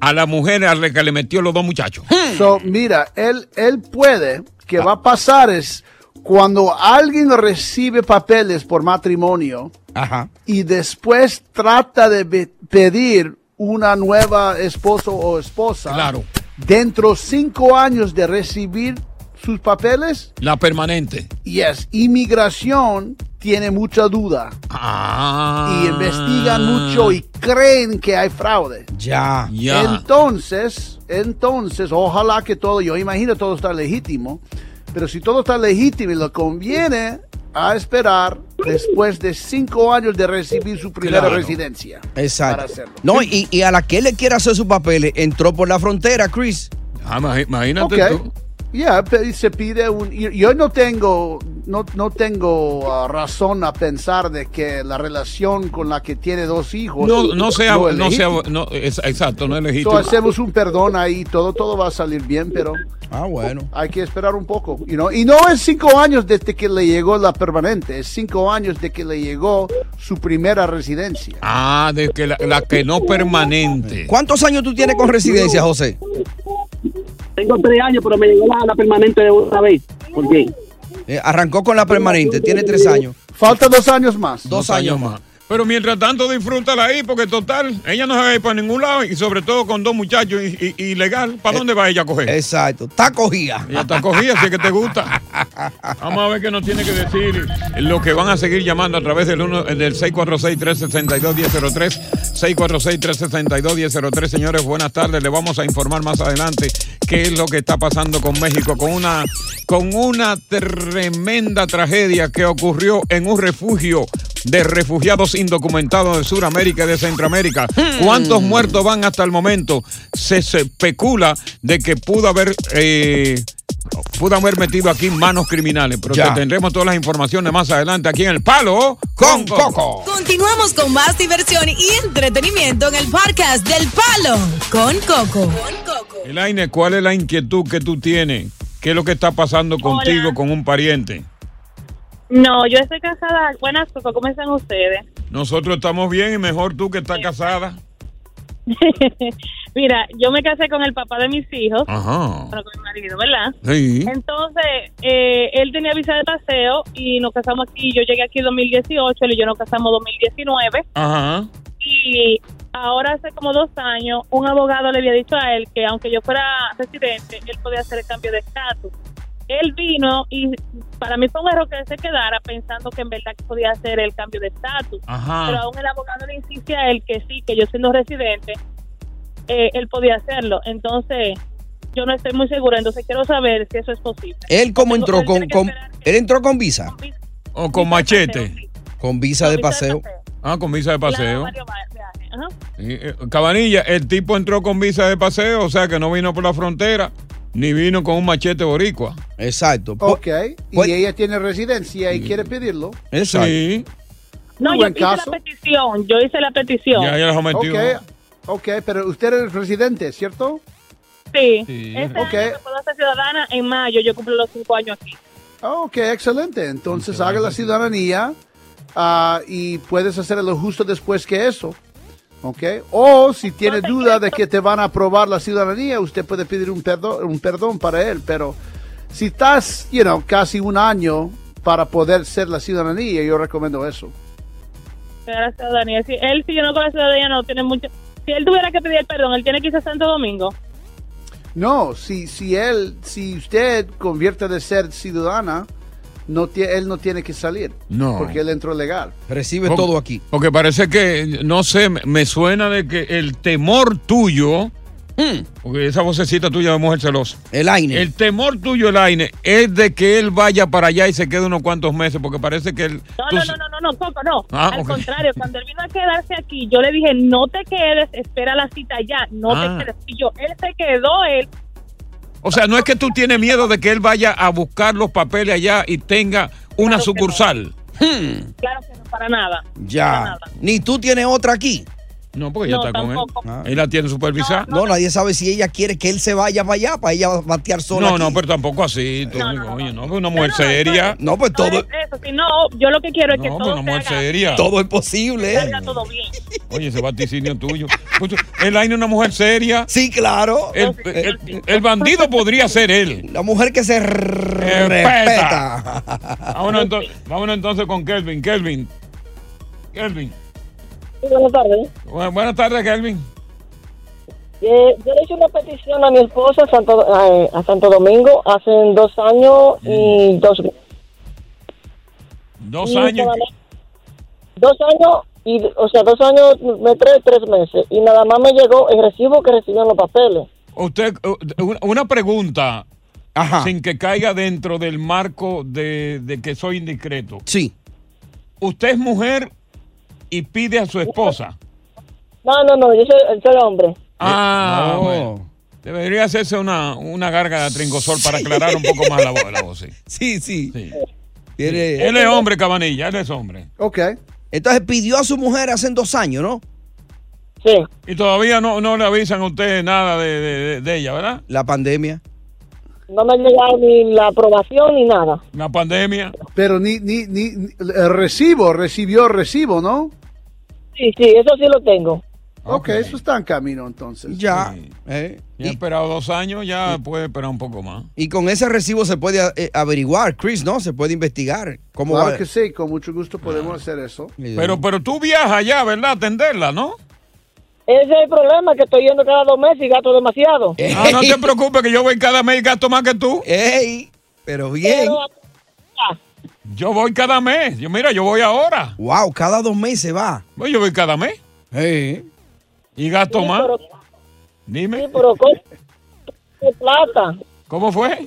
Speaker 4: a la mujer a la que le metió los dos muchachos.
Speaker 15: So, mira, él, él puede, que va a pasar es cuando alguien recibe papeles por matrimonio
Speaker 5: Ajá.
Speaker 15: y después trata de be- pedir una nueva esposo o esposa.
Speaker 4: Claro.
Speaker 15: Dentro cinco años de recibir sus papeles,
Speaker 4: La permanente.
Speaker 15: yes, inmigración tiene mucha duda
Speaker 4: Ah.
Speaker 15: y investigan mucho y creen que hay fraude.
Speaker 5: Ya.
Speaker 4: Ya.
Speaker 15: Entonces, entonces, ojalá que todo, yo imagino todo está legítimo, pero si todo está legítimo y lo conviene a esperar después de cinco años de recibir su primera
Speaker 4: Claro.
Speaker 15: residencia. Para
Speaker 5: Exacto.
Speaker 15: hacerlo.
Speaker 5: No, y, y a la que él le quiera hacer sus papeles, entró por la frontera, Chris.
Speaker 4: Ah, imagi- imagínate
Speaker 15: Ok.
Speaker 4: tú.
Speaker 15: Ya, pe- se pide un. y- Yo no tengo no, no tengo ah, razón a pensar de que la relación con la que tiene dos hijos
Speaker 4: No, no sea,
Speaker 15: no
Speaker 4: no,
Speaker 15: es
Speaker 4: sea,
Speaker 15: legítima.
Speaker 4: no, es- exacto, no es legítimo.
Speaker 15: Entonces, hacemos un perdón ahí, todo, todo va a salir bien, pero
Speaker 5: ah, bueno.
Speaker 15: hay que esperar un poco. you know. Y no es cinco años desde que le llegó la permanente, es cinco años de que le llegó su primera residencia.
Speaker 4: Ah, de que la, la que no permanente.
Speaker 5: ¿Cuántos años tú tienes con residencia, José?
Speaker 10: Tengo tres años, pero me llegó la, la permanente de una vez. ¿Por qué?
Speaker 5: Eh, arrancó con la permanente, tiene tres años.
Speaker 15: Falta dos años más.
Speaker 5: Dos, años, más.
Speaker 4: Pero mientras tanto, disfrútala ahí, porque total, ella no se va a ir para ningún lado y sobre todo con dos muchachos i- i- ilegal. ¿Para dónde va ella a coger?
Speaker 5: Eh, Exacto, está cogida.
Speaker 4: Ella está cogida, si es que te gusta. Vamos a ver qué nos tiene que decir los que van a seguir llamando a través del, uno- del 646-362-1003. 646-362-1003. Señores, buenas tardes. Le vamos a informar más adelante qué es lo que está pasando con México, con una, con una tremenda tragedia que ocurrió en un refugio de refugiados indocumentados de Sudamérica y de Centroamérica. ¿Cuántos muertos van hasta el momento? Se, se especula de que pudo haber... eh, pudo haber metido aquí manos criminales, pero
Speaker 5: Ya.
Speaker 4: te tendremos todas las informaciones más adelante aquí en El Palo con Coco.
Speaker 3: Continuamos con más diversión y entretenimiento en el podcast del Palo con Coco.
Speaker 4: Elaine, ¿cuál es la inquietud que tú tienes? ¿Qué es lo que está pasando contigo con un pariente?
Speaker 16: No, yo estoy casada. Buenas, Coco, ¿cómo están ustedes?
Speaker 4: Nosotros estamos bien y mejor tú que estás casada.
Speaker 16: Mira, yo me casé con el papá de mis hijos,
Speaker 4: Ajá.
Speaker 16: bueno, con mi marido, ¿verdad?
Speaker 4: Sí.
Speaker 16: Entonces, eh, él tenía visa de paseo y nos casamos aquí. Yo llegué aquí en 2018, él y yo nos casamos 2019.
Speaker 4: Ah. Ajá.
Speaker 16: Y ahora hace como dos años, un abogado le había dicho a él que aunque yo fuera residente, él podía hacer el cambio de estatus. Él vino y para mí fue un error que él se quedara pensando que en verdad que podía hacer el cambio de estatus.
Speaker 4: Ajá.
Speaker 16: Pero aún el abogado le insiste a él que sí, que yo siendo residente, eh, él podía hacerlo. Entonces, yo no estoy muy segura, entonces quiero saber si eso es posible.
Speaker 5: ¿Él cómo
Speaker 16: Tengo-
Speaker 5: entró?
Speaker 16: él
Speaker 5: Con,
Speaker 16: tiene que
Speaker 5: con-
Speaker 16: esperar
Speaker 5: ¿Él entró con visa?
Speaker 4: ¿O con machete?
Speaker 5: Con visa de paseo.
Speaker 4: Ah, con visa de paseo.
Speaker 16: varios va- viajes, ajá.
Speaker 4: Y, eh, Cabanilla, el tipo entró con visa de paseo, o sea que no vino por la frontera, ni vino con un machete boricua.
Speaker 5: Exacto.
Speaker 15: Ok, y ella tiene residencia y quiere pedirlo.
Speaker 4: Sí.
Speaker 16: No,
Speaker 15: Muy
Speaker 16: yo
Speaker 15: buen
Speaker 16: hice
Speaker 15: caso.
Speaker 16: la petición, yo hice la petición.
Speaker 15: Ok, ok, pero usted es residente, ¿cierto?
Speaker 16: Sí.
Speaker 15: Sí.
Speaker 16: Este
Speaker 15: Ok.
Speaker 16: año que puedo ser ciudadana en mayo, yo cumplo los cinco años aquí.
Speaker 15: Ah, Ok, excelente. Entonces haga la ciudadanía ah, y puedes hacer lo justo después que eso. Ok. O si tiene duda de que te van a aprobar la ciudadanía, usted puede pedir un perdón, un perdón para él. Pero si estás, you know, casi un año para poder ser la ciudadanía, yo recomiendo eso.
Speaker 16: Tener la ciudadanía. Si él, si yo no con la ciudadanía, no tiene mucho. Si él tuviera que pedir el perdón, él tiene que irse a Santo Domingo.
Speaker 15: No, si, si él, si usted convierte de ser ciudadana, no tie- él no tiene que salir.
Speaker 4: No.
Speaker 15: Porque él entró legal.
Speaker 5: Recibe
Speaker 4: Porque-
Speaker 5: todo aquí.
Speaker 4: Porque parece que, no sé, me- me suena de que el temor tuyo, porque esa vocecita tuya de mujer celosa.
Speaker 5: Mm. El Aine.
Speaker 4: El temor tuyo, el Aine, es de que él vaya para allá y se quede unos cuantos meses, porque parece que él...
Speaker 16: No,
Speaker 4: tú-
Speaker 16: no, no, no, no, no, Coco, no.
Speaker 4: Ah,
Speaker 16: Al
Speaker 4: ok.
Speaker 16: contrario, cuando él vino a quedarse aquí, yo le dije, no te quedes, espera la cita ya, no
Speaker 4: Ah.
Speaker 16: te quedes. Y yo, él se quedó, él.
Speaker 4: O sea, no es que tú tienes miedo de que él vaya a buscar los papeles allá y tenga una sucursal.
Speaker 5: Hmm,
Speaker 16: Claro que no, para nada.
Speaker 5: ya. Ni tú tienes otra aquí. Ah.
Speaker 4: No, porque ella
Speaker 5: No,
Speaker 4: está con
Speaker 16: tampoco.
Speaker 4: él. Él la tiene supervisada.
Speaker 5: No, nadie sabe si ella quiere que él se vaya para allá, para ella batear sola.
Speaker 4: No,
Speaker 5: aquí.
Speaker 4: no, pero tampoco así. tú, Oye, no, una mujer seria.
Speaker 5: No, pues todo,
Speaker 16: Eso, si no, yo lo que quiero es que
Speaker 4: No, pues
Speaker 16: todo
Speaker 4: una
Speaker 16: se
Speaker 4: mujer
Speaker 16: haga,
Speaker 4: seria.
Speaker 5: todo es posible. ¿eh?
Speaker 16: salga todo bien.
Speaker 4: Oye, ese vaticinio tuyo. Pues, El Aine es una mujer seria.
Speaker 5: Sí, claro.
Speaker 4: El, el- el bandido podría ser él.
Speaker 5: La mujer que se respeta.
Speaker 4: Vámonos, entonces, vámonos entonces con Kelvin. Kelvin. Kelvin.
Speaker 5: (laughs)
Speaker 17: buenas tardes.
Speaker 4: Bu- Buenas tardes, Kelvin.
Speaker 17: Eh, yo le hice una petición a mi esposa a Santo, a- a Santo Domingo hace dos años y dos
Speaker 4: Mm. Dos
Speaker 17: y
Speaker 4: años.
Speaker 17: nada más- Dos años y, o sea, dos años, me tres, tres meses y nada más me llegó el recibo que recibió en los papeles.
Speaker 4: Usted, eh, una- una pregunta.
Speaker 5: Ajá.
Speaker 4: Sin que caiga dentro del marco de, de que soy indiscreto.
Speaker 5: Sí.
Speaker 4: Usted es mujer y pide a su esposa.
Speaker 17: No, no, no, yo soy, soy hombre.
Speaker 4: Ah, bueno. Debería hacerse una, una garga de trincosol para aclarar un poco más la, vo- la voz. Sí,
Speaker 5: sí.
Speaker 4: sí. Él es hombre, Cabanilla, él es hombre.
Speaker 15: Ok.
Speaker 5: Entonces pidió a su mujer hace dos años, ¿no?
Speaker 4: Sí. Y todavía no, no le avisan a ustedes nada de, de- de ella, ¿verdad?
Speaker 5: La pandemia.
Speaker 17: No me ha llegado ni la aprobación ni nada.
Speaker 4: La pandemia.
Speaker 15: Pero ni, ni, ni, ni- eh, recibo, recibió recibo, ¿no?
Speaker 17: Sí, sí, eso sí lo tengo.
Speaker 15: Ok, eso está en camino entonces.
Speaker 5: Ya.
Speaker 4: Ya ha esperado dos años, ya puede esperar un poco más.
Speaker 5: Y con ese recibo se puede eh, averiguar, Chris, ¿no? Se puede investigar. ¿Cómo
Speaker 15: Claro
Speaker 5: va?
Speaker 15: que sí, con mucho gusto podemos hacer eso.
Speaker 4: Ah. Pero, pero tú viajas allá, ¿verdad? A Atenderla, ¿no?
Speaker 17: Ese es el problema, que estoy yendo cada dos meses y gasto demasiado.
Speaker 4: Ah, no te preocupes que yo voy cada mes y gasto más que tú.
Speaker 5: ¡Ey! Pero bien.
Speaker 4: Yo voy cada mes. Yo mira, yo voy ahora. Pues
Speaker 5: Wow, cada dos meses va.
Speaker 4: yo voy cada mes. Y gasto más. Dime.
Speaker 17: pero ¿cómo? Tiene plata.
Speaker 4: ¿Cómo fue?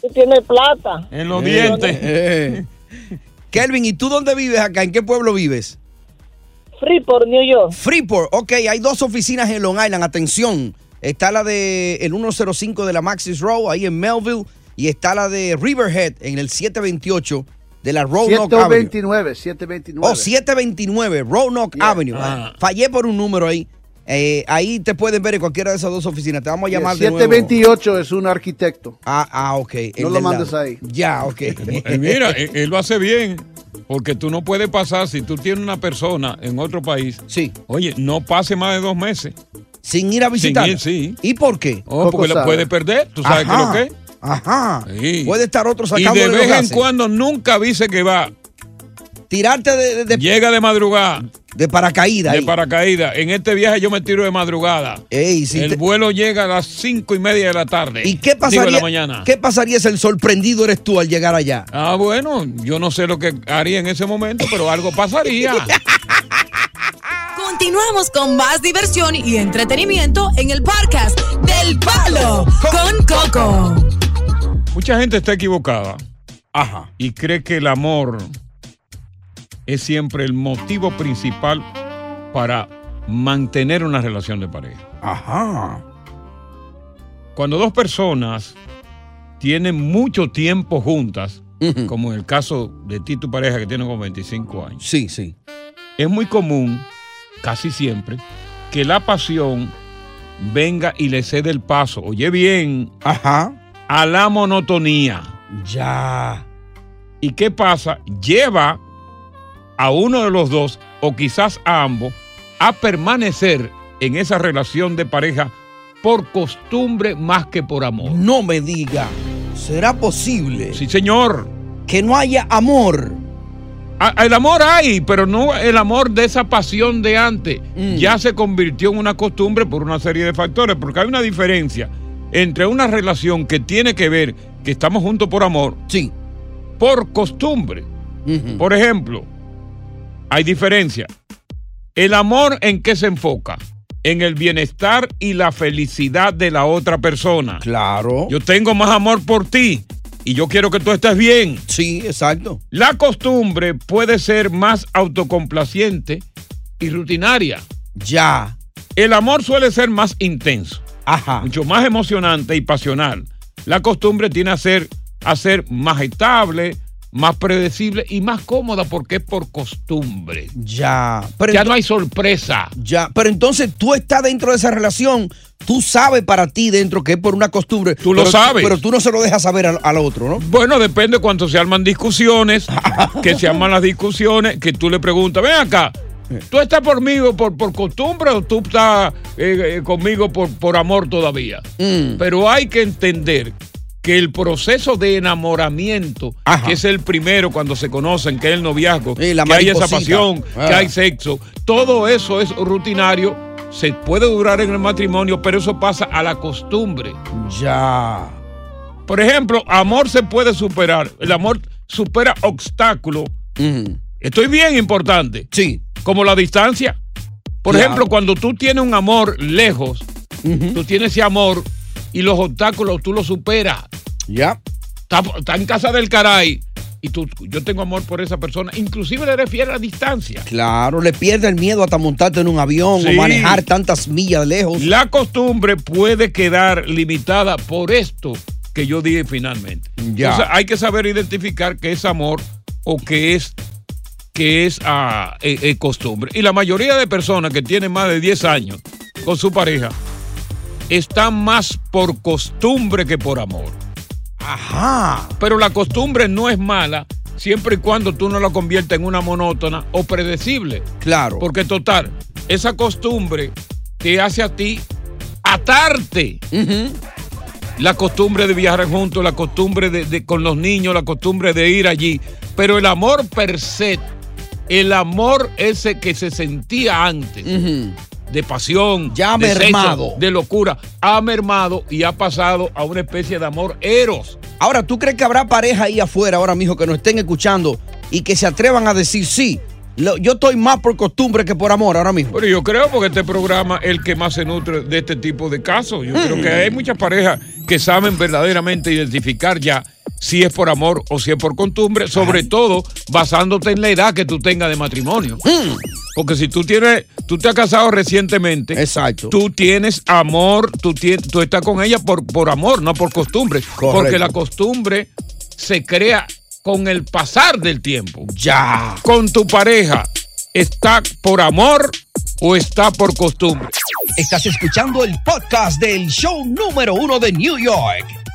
Speaker 17: Tú tienes plata.
Speaker 4: En los dientes.
Speaker 5: Eh, Kelvin, ¿y tú dónde vives acá? ¿En qué pueblo vives?
Speaker 17: Freeport, New York.
Speaker 5: Freeport, ok. Hay dos oficinas en Long Island. Atención. Está la de el 105 de la Maxis Row, ahí en Melville. Y está la de Riverhead en el 728 de la Roanoke Avenue.
Speaker 15: 729, 729.
Speaker 5: Oh, 729 Roanoke Avenue.
Speaker 15: Ah.
Speaker 5: Fallé por un número ahí. Eh, ahí te pueden ver en cualquiera de esas dos oficinas. Te vamos a
Speaker 15: Yeah,
Speaker 5: llamar de nuevo.
Speaker 15: 728 es un arquitecto.
Speaker 5: Ah, ah ok.
Speaker 15: No
Speaker 5: el
Speaker 15: lo
Speaker 5: del
Speaker 15: mandes
Speaker 5: lado.
Speaker 15: ahí.
Speaker 5: Ya,
Speaker 4: (laughs)
Speaker 5: ok.
Speaker 4: Eh, mira, eh, él lo hace bien. Porque tú no puedes pasar, si tú tienes una persona en otro país,
Speaker 5: sí.
Speaker 4: oye, no pase más de dos meses.
Speaker 5: Sin ir a visitarla.
Speaker 4: sí.
Speaker 5: ¿Y por qué?
Speaker 4: Oh, porque la puede perder, tú sabes
Speaker 5: Ajá,
Speaker 4: que lo que.
Speaker 5: Ajá.
Speaker 4: Sí.
Speaker 5: Puede estar otro
Speaker 4: Y
Speaker 5: sacando
Speaker 4: de vez en cuando nunca avise que va.
Speaker 5: Tirarte de,
Speaker 4: Llega de madrugada.
Speaker 5: De paracaídas.
Speaker 4: De
Speaker 5: ahí.
Speaker 4: paracaídas. En este viaje yo me tiro de madrugada. El vuelo llega a las cinco y media de la tarde.
Speaker 5: ¿Y qué
Speaker 4: Digo, de
Speaker 5: pasaría?
Speaker 4: la mañana.
Speaker 5: ¿Qué pasaría si el sorprendido eres tú al llegar allá?
Speaker 4: Ah, bueno, yo no sé lo que haría en ese momento, pero algo pasaría.
Speaker 5: (laughs)
Speaker 3: Continuamos con más diversión y entretenimiento en el podcast del Palo con Coco.
Speaker 4: Mucha gente está equivocada.
Speaker 5: Ajá.
Speaker 4: Y cree que el amor es siempre el motivo principal para mantener una relación de pareja.
Speaker 5: Ajá.
Speaker 4: Cuando dos personas tienen mucho tiempo juntas, como en el caso de ti y tu pareja que tiene como 25 años.
Speaker 5: Sí, sí.
Speaker 4: Es muy común, casi siempre, que la pasión venga y le cede el paso. Oye bien. A la monotonía.
Speaker 5: Ya.
Speaker 4: ¿Y qué pasa? Lleva a uno de los dos, o quizás a ambos, a permanecer en esa relación de pareja por costumbre más que por amor.
Speaker 5: No me diga. ¿Será posible?
Speaker 4: Sí, señor.
Speaker 5: Que no haya amor.
Speaker 4: Ah, el amor hay, pero no el amor de esa pasión de antes.
Speaker 5: Mm.
Speaker 4: Ya se convirtió en una costumbre por una serie de factores, porque hay una diferencia entre una relación que tiene que ver que estamos juntos por amor.
Speaker 5: Sí.
Speaker 4: Por costumbre. Por ejemplo, hay diferencia. ¿El amor en qué se enfoca? En el bienestar y la felicidad de la otra persona.
Speaker 5: Claro.
Speaker 4: Yo tengo más amor por ti y yo quiero que tú estés bien.
Speaker 5: Sí, exacto.
Speaker 4: La costumbre puede ser más autocomplaciente y rutinaria.
Speaker 5: Ya.
Speaker 4: El amor suele ser más intenso. Mucho más emocionante y pasional. La costumbre tiene a ser, a ser más estable, más predecible y más cómoda porque es por costumbre.
Speaker 5: Ya. Pero
Speaker 4: ya
Speaker 5: ento-
Speaker 4: no hay sorpresa.
Speaker 5: Ya. Pero entonces tú estás dentro de esa relación. Tú sabes para ti dentro que es por una costumbre. Tú
Speaker 4: lo sabes.
Speaker 5: Pero tú no se lo dejas saber al, al otro, ¿no?
Speaker 4: Bueno, depende cuánto se arman
Speaker 5: (laughs)
Speaker 4: discusiones, que se arman las discusiones, que tú le preguntas, ven acá, ¿tú estás por mí o por, por costumbre o tú estás eh, eh, conmigo por, por amor todavía?
Speaker 5: Mm.
Speaker 4: Pero hay que entender que el proceso de enamoramiento, que es el primero cuando se conocen, que es el noviazgo,
Speaker 5: la
Speaker 4: que hay esa
Speaker 5: mariposita.
Speaker 4: pasión, que
Speaker 5: Ah.
Speaker 4: hay sexo, todo eso es rutinario, se puede durar en el matrimonio, pero eso pasa a la costumbre.
Speaker 5: Ya.
Speaker 4: Por ejemplo, amor se puede superar. El amor supera obstáculos. Estoy bien importante.
Speaker 5: Sí.
Speaker 4: Como la distancia. Por
Speaker 5: Claro.
Speaker 4: ejemplo, cuando tú tienes un amor lejos, tú tienes ese amor y los obstáculos tú los superas.
Speaker 5: Ya.
Speaker 4: Está, está en casa del caray y tú, yo tengo amor por esa persona. Inclusive le refiero a la distancia.
Speaker 5: Claro, le pierde el miedo hasta montarte en un avión o
Speaker 4: Sí.
Speaker 5: manejar tantas millas lejos.
Speaker 4: La costumbre puede quedar limitada por esto que yo dije finalmente.
Speaker 5: Ya.
Speaker 4: Entonces, hay que saber identificar qué es amor o qué es que es ah, eh, eh, costumbre. Y la mayoría de personas que tienen más de 10 años con su pareja están más por costumbre que por amor.
Speaker 5: Ajá.
Speaker 4: Pero la costumbre no es mala siempre y cuando tú no la conviertas en una monótona o predecible.
Speaker 5: Claro.
Speaker 4: Porque total, esa costumbre te hace a ti atarte. La costumbre de viajar juntos, la costumbre de, de- con los niños, la costumbre de ir allí. Pero el amor per se, el amor ese que se sentía antes, de pasión,
Speaker 5: Ya ha
Speaker 4: de sexo,
Speaker 5: mermado.
Speaker 4: de locura, ha mermado y ha pasado a una especie de amor eros.
Speaker 5: Ahora, ¿tú crees que habrá pareja ahí afuera ahora mismo que nos estén escuchando y que se atrevan a decir sí? lo- yo estoy más por costumbre que por amor ahora mismo.
Speaker 4: Pero yo creo porque este programa es el que más se nutre de este tipo de casos. Yo creo que
Speaker 5: Mm.
Speaker 4: hay muchas parejas que saben verdaderamente identificar ya si es por amor o si es por costumbre, sobre todo basándote en la edad que tú tengas de matrimonio. Porque si tú tienes, tú te has casado recientemente,
Speaker 5: Exacto.
Speaker 4: tú tienes amor, tú, tien- tú estás con ella por, por amor, no por costumbre. Porque la costumbre se crea con el pasar del tiempo.
Speaker 5: Ya.
Speaker 4: Con tu pareja, ¿está por amor o está por costumbre?
Speaker 5: Estás escuchando el podcast del show número uno de New York,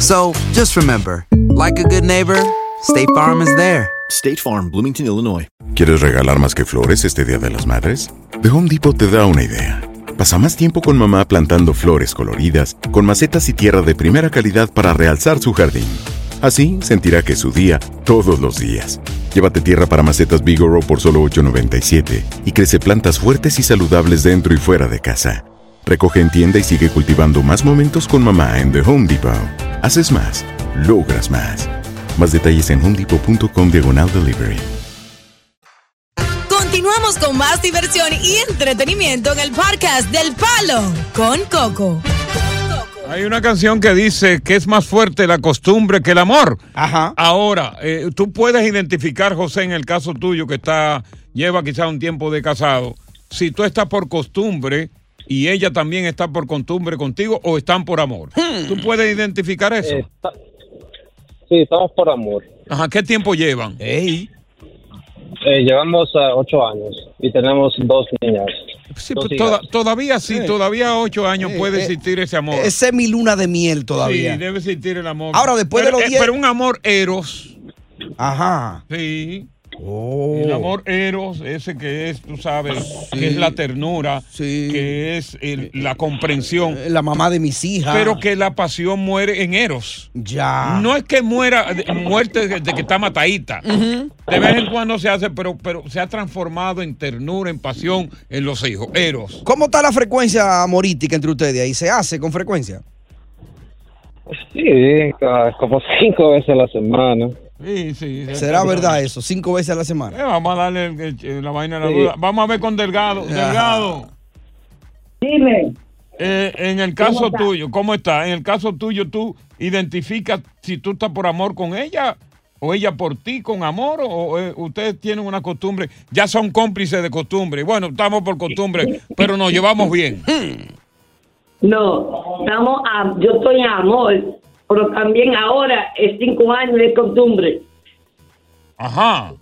Speaker 18: So just remember, like a good neighbor, State Farm is there.
Speaker 19: State Farm, Bloomington, Illinois.
Speaker 20: ¿Quieres regalar más que flores este Día de las Madres? The Home Depot te da una idea. Pasa más tiempo con mamá plantando flores coloridas, con macetas y tierra de primera calidad para realzar su jardín. Así sentirá que es su día todos los días. Llévate tierra para macetas Bigoro por solo $8.97 y crece plantas fuertes y saludables dentro y fuera de casa. Recoge en tienda y sigue cultivando más momentos con mamá en The Home Depot. Haces más, logras más. Más detalles en homedepot.com diagonal delivery.
Speaker 3: Continuamos con más diversión y entretenimiento en el podcast del Palo con Coco.
Speaker 4: Hay una canción que dice que es más fuerte la costumbre que el amor.
Speaker 5: Ajá.
Speaker 4: Ahora, eh, tú puedes identificar, José, en el caso tuyo, que está, lleva quizá un tiempo de casado, si tú estás por costumbre y ella también está por costumbre contigo o están por amor.
Speaker 5: Hmm.
Speaker 4: ¿Tú puedes identificar eso?
Speaker 21: Sí, estamos por amor.
Speaker 4: Ajá, ¿qué tiempo llevan?
Speaker 21: Eh, llevamos ah, ocho años y tenemos dos niñas.
Speaker 4: Sí,
Speaker 21: Dos
Speaker 4: pues,
Speaker 21: hijas.
Speaker 4: toda- todavía sí, todavía a ocho años
Speaker 5: Eh,
Speaker 4: puede
Speaker 5: eh,
Speaker 4: existir ese amor.
Speaker 5: Es semiluna de miel todavía.
Speaker 4: Sí, debe existir el amor.
Speaker 5: Ahora, después de
Speaker 4: Pero,
Speaker 5: los
Speaker 4: eh,
Speaker 5: 10.
Speaker 4: Pero un amor eros.
Speaker 5: Ajá.
Speaker 4: Sí.
Speaker 5: Oh.
Speaker 4: El amor eros, ese que es, tú sabes, que es la ternura, que es el- la comprensión.
Speaker 5: La mamá de mis hijas. Ah.
Speaker 4: Pero que la pasión muere en eros.
Speaker 5: Ya.
Speaker 4: No es que muera, de- muerte de, de que está matadita. De vez en cuando se hace, pero, pero se ha transformado en ternura, en pasión, en los hijos. Eros.
Speaker 5: ¿Cómo está la frecuencia amorística entre ustedes? ¿Ahí se hace con frecuencia?
Speaker 21: Sí, ca- como cinco veces a la semana.
Speaker 4: Sí, sí.
Speaker 5: ¿Será verdad eso? Cinco veces a la semana.
Speaker 4: Eh, vamos a darle el- el- el- la vaina a la
Speaker 5: Sí. Ah.
Speaker 4: duda. Vamos a ver con Delgado.
Speaker 5: Ajá.
Speaker 4: Delgado.
Speaker 21: Dime.
Speaker 4: Eh, en el
Speaker 21: ¿Cómo
Speaker 4: caso
Speaker 21: está?
Speaker 4: tuyo, ¿cómo está? En el caso tuyo, ¿tú identificas si tú estás por amor con ella o ella por ti con amor o, o, eh, ustedes tienen una costumbre? Ya son cómplices de costumbre. Bueno, estamos por costumbre, pero nos
Speaker 5: (laughs)
Speaker 4: llevamos bien.
Speaker 22: No, estamos a- yo estoy en amor, pero también ahora es cinco años de costumbre.
Speaker 4: Ajá.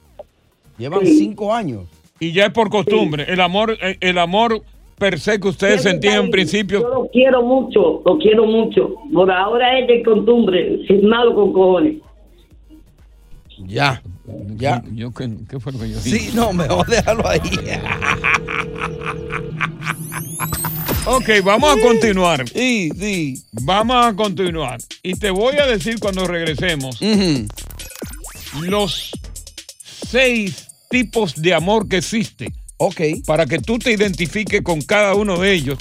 Speaker 5: Llevan
Speaker 22: Sí.
Speaker 5: cinco años.
Speaker 4: Y ya es por costumbre. El amor, eh, el amor per se que ustedes sentían en
Speaker 22: Yo
Speaker 4: principio.
Speaker 22: lo quiero mucho, lo quiero mucho. Por ahora es de costumbre, sin malo con cojones.
Speaker 5: Ya. Ya.
Speaker 4: Yo, ¿qué, qué fue lo que yo dije?
Speaker 5: Sí, no, mejor déjalo ahí.
Speaker 4: (laughs) Ok, vamos a continuar.
Speaker 5: Sí, sí.
Speaker 4: Vamos a continuar. Y te voy a decir cuando regresemos los seis tipos de amor que existe.
Speaker 5: Ok.
Speaker 4: Para que tú te identifiques con cada uno de ellos.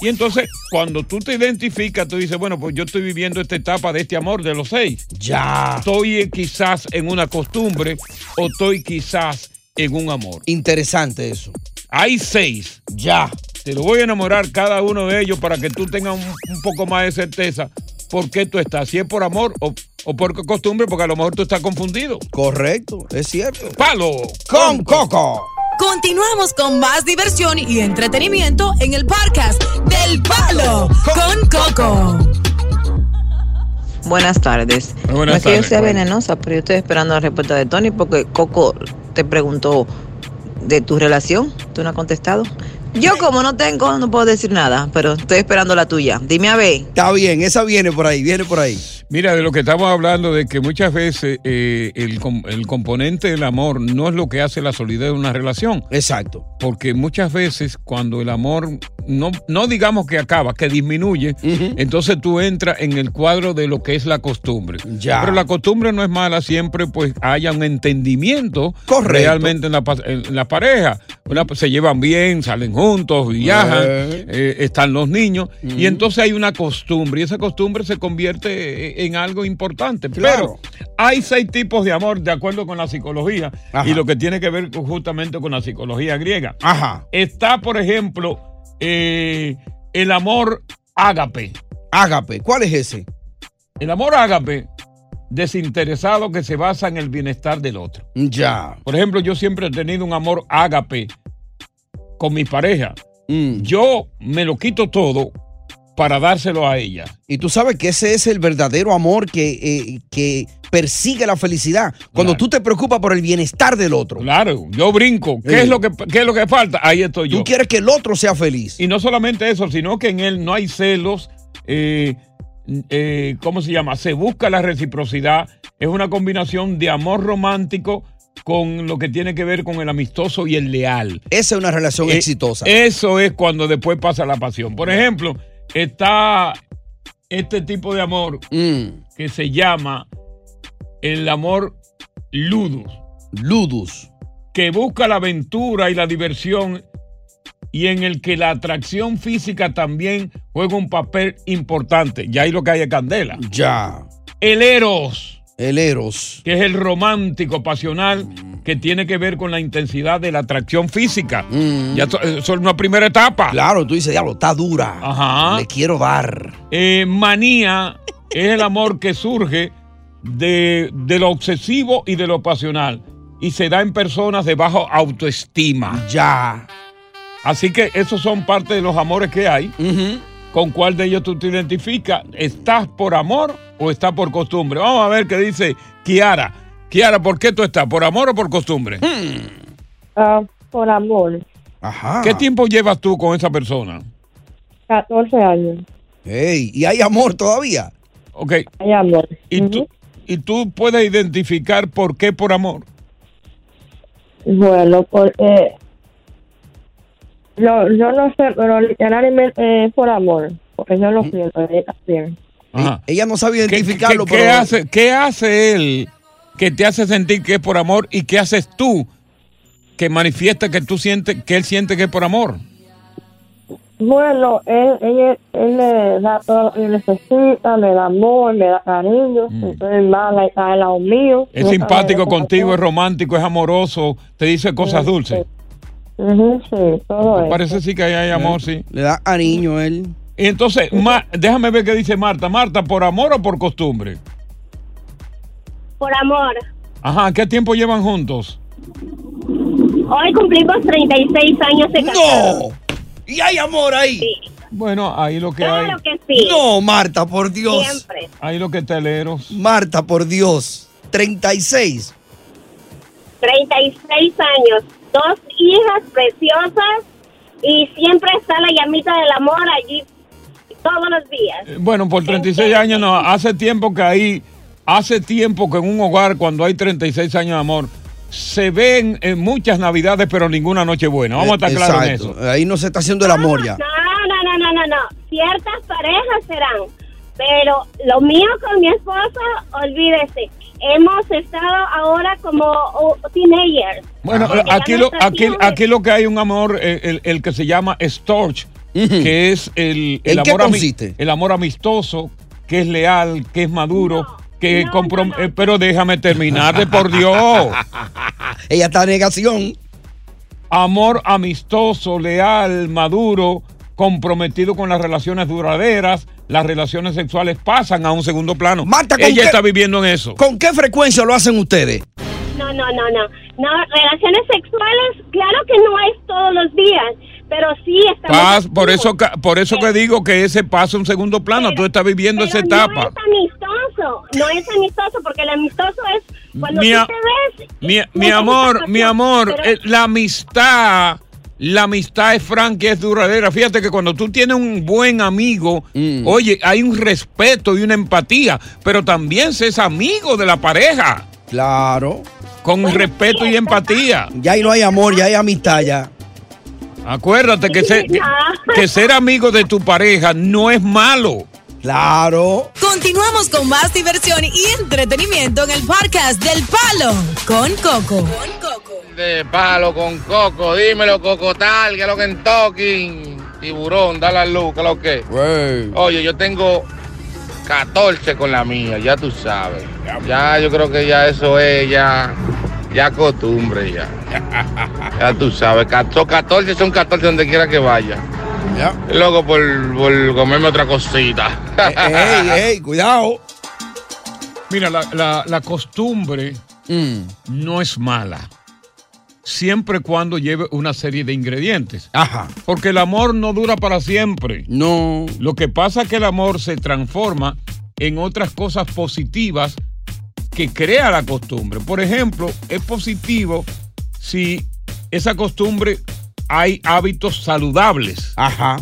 Speaker 4: Y entonces, cuando tú te identificas, tú dices, bueno, pues yo estoy viviendo esta etapa de este amor de los seis.
Speaker 5: Ya.
Speaker 4: Estoy eh, quizás en una costumbre o estoy quizás en un amor.
Speaker 5: Interesante eso.
Speaker 4: Hay seis.
Speaker 5: Ya.
Speaker 4: Te lo voy a enamorar cada uno de ellos para que tú tengas un, un poco más de certeza por qué tú estás. Si es por amor o, o por costumbre, porque a lo mejor tú estás confundido.
Speaker 5: Correcto, es cierto.
Speaker 4: Palo
Speaker 5: con coco.
Speaker 3: Continuamos con más diversión y entretenimiento en el podcast del Palo con Coco.
Speaker 1: Buenas tardes.
Speaker 2: buenas
Speaker 1: no es que
Speaker 2: tardes.
Speaker 1: yo sea venenosa, pero yo estoy esperando la respuesta de Tony porque Coco te preguntó de tu relación. Tú no has contestado. Yo como no tengo, no puedo decir nada, pero estoy esperando la tuya. Dime a ver.
Speaker 5: Está bien, esa viene por ahí, viene por ahí.
Speaker 4: Mira, de lo que estamos hablando, de que muchas veces eh, el, com- el componente del amor no es lo que hace la solidez de una relación.
Speaker 5: Exacto.
Speaker 4: Porque muchas veces cuando el amor, no, no digamos que acaba, que disminuye, entonces tú entras en el cuadro de lo que es la costumbre.
Speaker 5: Ya.
Speaker 4: Pero la costumbre no es mala, siempre pues haya un entendimiento
Speaker 5: Correcto.
Speaker 4: realmente en la, pa- en la pareja. Una- se llevan bien, salen juntos, viajan,
Speaker 5: Eh.
Speaker 4: eh, están los niños. Y entonces hay una costumbre y esa costumbre se convierte eh, en algo importante.
Speaker 5: Claro.
Speaker 4: Pero hay seis tipos de amor de acuerdo con la psicología
Speaker 5: Ajá.
Speaker 4: y lo que tiene que ver con- justamente con la psicología griega.
Speaker 5: Ajá.
Speaker 4: Está, por ejemplo, eh, el amor ágape.
Speaker 5: Ágape, ¿cuál es ese?
Speaker 4: El amor ágape desinteresado que se basa en el bienestar del otro.
Speaker 5: Ya.
Speaker 4: Por ejemplo, yo siempre he tenido un amor ágape con mi pareja.
Speaker 5: Mm.
Speaker 4: Yo me lo quito todo para dárselo a ella.
Speaker 5: Y tú sabes que ese es el verdadero amor que, eh, que persigue la felicidad. Cuando tú te preocupas por el bienestar del otro.
Speaker 4: Claro, yo brinco. ¿Qué,
Speaker 5: Sí.
Speaker 4: es lo que, ¿Qué es lo que falta? Ahí estoy yo.
Speaker 5: Tú quieres que el otro sea feliz.
Speaker 4: Y no solamente eso, sino que en él no hay celos. eh, eh, ¿Cómo se llama? Se busca la reciprocidad. Es una combinación de amor romántico con lo que tiene que ver con el amistoso y el leal.
Speaker 5: Esa es una relación
Speaker 4: Eh,
Speaker 5: exitosa.
Speaker 4: Eso es cuando después pasa la pasión. Por ejemplo, está este tipo de amor
Speaker 5: Mm.
Speaker 4: que se llama el amor ludus.
Speaker 5: Ludus.
Speaker 4: Que busca la aventura y la diversión y en el que la atracción física también juega un papel importante. Ya ahí lo que hay es candela.
Speaker 5: ya.
Speaker 4: El eros.
Speaker 5: El eros. Mm.
Speaker 4: Que es el romántico pasional que tiene que ver con la intensidad de la atracción física.
Speaker 5: Mm.
Speaker 4: Ya eso eso es una primera etapa.
Speaker 5: Claro, tú dices, diablo, está dura. Le quiero dar.
Speaker 4: Eh, manía es el amor que surge de, de lo obsesivo y de lo pasional y se da en personas de baja autoestima.
Speaker 5: Ya.
Speaker 4: Así que esos son parte de los amores que hay. ¿Con cuál de ellos tú te identificas? ¿Estás por amor o estás por costumbre? Vamos a ver qué dice Kiara. Kiara, ¿por qué tú estás? ¿Por amor o por costumbre?
Speaker 6: Ah, por amor,
Speaker 5: Hmm. Ajá.
Speaker 4: ¿Qué tiempo llevas tú con esa persona?
Speaker 6: 14 años.
Speaker 5: Ey, ¿y hay amor todavía?
Speaker 4: Ok.
Speaker 6: Hay amor.
Speaker 4: ¿Y, tú, ¿Y tú puedes identificar por qué por amor?
Speaker 6: Bueno, por, eh, no, yo no sé, pero literalmente eh, es por amor, porque yo lo siento, ella también.
Speaker 5: Ella no sabe
Speaker 4: identificarlo. ¿Qué,
Speaker 6: pero-
Speaker 4: hace, ¿Qué hace él que te hace sentir que es por amor y qué haces tú que manifiesta que tú sientes que él siente que es por amor?
Speaker 6: Bueno, él, él, él le da todo lo que necesita, me da amor, me da cariño, entonces más la- está al lado mío.
Speaker 4: Es simpático contigo, es romántico, es amoroso, te dice cosas dulces.
Speaker 6: Ujú, sí, todo eso.
Speaker 4: Parece sí que ahí hay amor, sí.
Speaker 5: Le da cariño él.
Speaker 4: Entonces, Ma- déjame ver qué dice Marta. Marta, ¿por amor o por costumbre?
Speaker 7: Por amor.
Speaker 4: Ajá, ¿qué tiempo llevan juntos?
Speaker 7: Hoy cumplimos 36 años de casados.
Speaker 5: ¿Y hay amor ahí?
Speaker 4: Bueno, ahí lo que hay.
Speaker 7: Claro que sí.
Speaker 5: No, Marta, por Dios.
Speaker 7: Siempre.
Speaker 4: Ahí lo que teleros.
Speaker 5: Marta, por Dios. 36.
Speaker 7: 36 años. Dos hijas preciosas Y siempre está la llamita del amor allí todos los días.
Speaker 5: Eh,
Speaker 4: Bueno, por 36 años no, hace tiempo que ahí, hace tiempo que en un hogar cuando hay 36 años de amor, se ven en muchas navidades, pero ninguna noche buena. Vamos a estar claros en eso.
Speaker 5: Exacto. Ahí no se está haciendo el amor ya.
Speaker 7: Ah, No, no, no, no, no, no. Ciertas parejas serán. Pero lo mío con mi esposo, olvídese. Hemos estado ahora como oh, teenagers.
Speaker 4: Bueno,
Speaker 7: Porque ya
Speaker 4: aquí lo,
Speaker 7: nuestras
Speaker 4: aquí,
Speaker 7: jóvenes-
Speaker 4: aquí lo que hay un amor, eh, el, el que se llama Storch, que es el, el
Speaker 5: ¿En qué
Speaker 4: amor ami-
Speaker 5: consiste?
Speaker 4: el amor amistoso, que es leal, que es maduro, que
Speaker 5: no,
Speaker 4: comprom- eh, pero déjame terminarte, por Dios.
Speaker 5: Ella está en negación.
Speaker 4: Amor amistoso, leal, maduro, comprometido con las relaciones duraderas, las relaciones sexuales pasan a un segundo plano.
Speaker 5: ¿con
Speaker 4: Ella
Speaker 5: qué-
Speaker 4: está viviendo en eso.
Speaker 5: ¿Con qué frecuencia lo hacen ustedes?
Speaker 7: No, no, no, no. No, relaciones sexuales, claro que no es todos los días, pero sí estamos...
Speaker 4: Paz, por eso, ca- por eso que digo que ese pasa a un segundo plano, tú estás viviendo esa
Speaker 7: No
Speaker 4: etapa.
Speaker 7: es amistoso, no es amistoso, porque el amistoso es cuando
Speaker 4: Mi
Speaker 7: tú
Speaker 4: a-
Speaker 7: te ves...
Speaker 4: Mi, mi amor, mi amor, eh, la amistad, la amistad es franca, y es duradera. Fíjate que cuando tú tienes un buen amigo, oye, hay un respeto y una empatía, pero también se es amigo de la pareja.
Speaker 5: Claro.
Speaker 4: Con respeto y empatía.
Speaker 5: Ya ahí no hay amor, ya hay amistad ya.
Speaker 4: Acuérdate que, ser- que-
Speaker 3: no.
Speaker 4: que ser amigo de tu pareja no es malo.
Speaker 5: Claro.
Speaker 3: Continuamos con más diversión y entretenimiento en el podcast del Palo con Coco.
Speaker 13: De palo con coco, dímelo, cocotal, que es lo que en talking. Tiburón, da la luz, que es lo que. Oye, yo tengo 14 con la mía, ya tú sabes. Ya yo creo que ya eso es ya, ya costumbre ya. Ya tú sabes, 14, 14 son 14 donde quiera que vaya. Loco por, por comerme otra cosita.
Speaker 4: (laughs)
Speaker 5: Ey, ey, cuidado.
Speaker 4: Mira, la, la- la costumbre
Speaker 5: Mm.
Speaker 4: no es mala. Siempre y cuando lleve una serie de ingredientes.
Speaker 5: Ajá.
Speaker 4: Porque el amor no dura para siempre.
Speaker 5: No.
Speaker 4: Lo que pasa es que el amor se transforma en otras cosas positivas que crea la costumbre. Por ejemplo, es positivo si esa costumbre hay hábitos saludables.
Speaker 5: Ajá.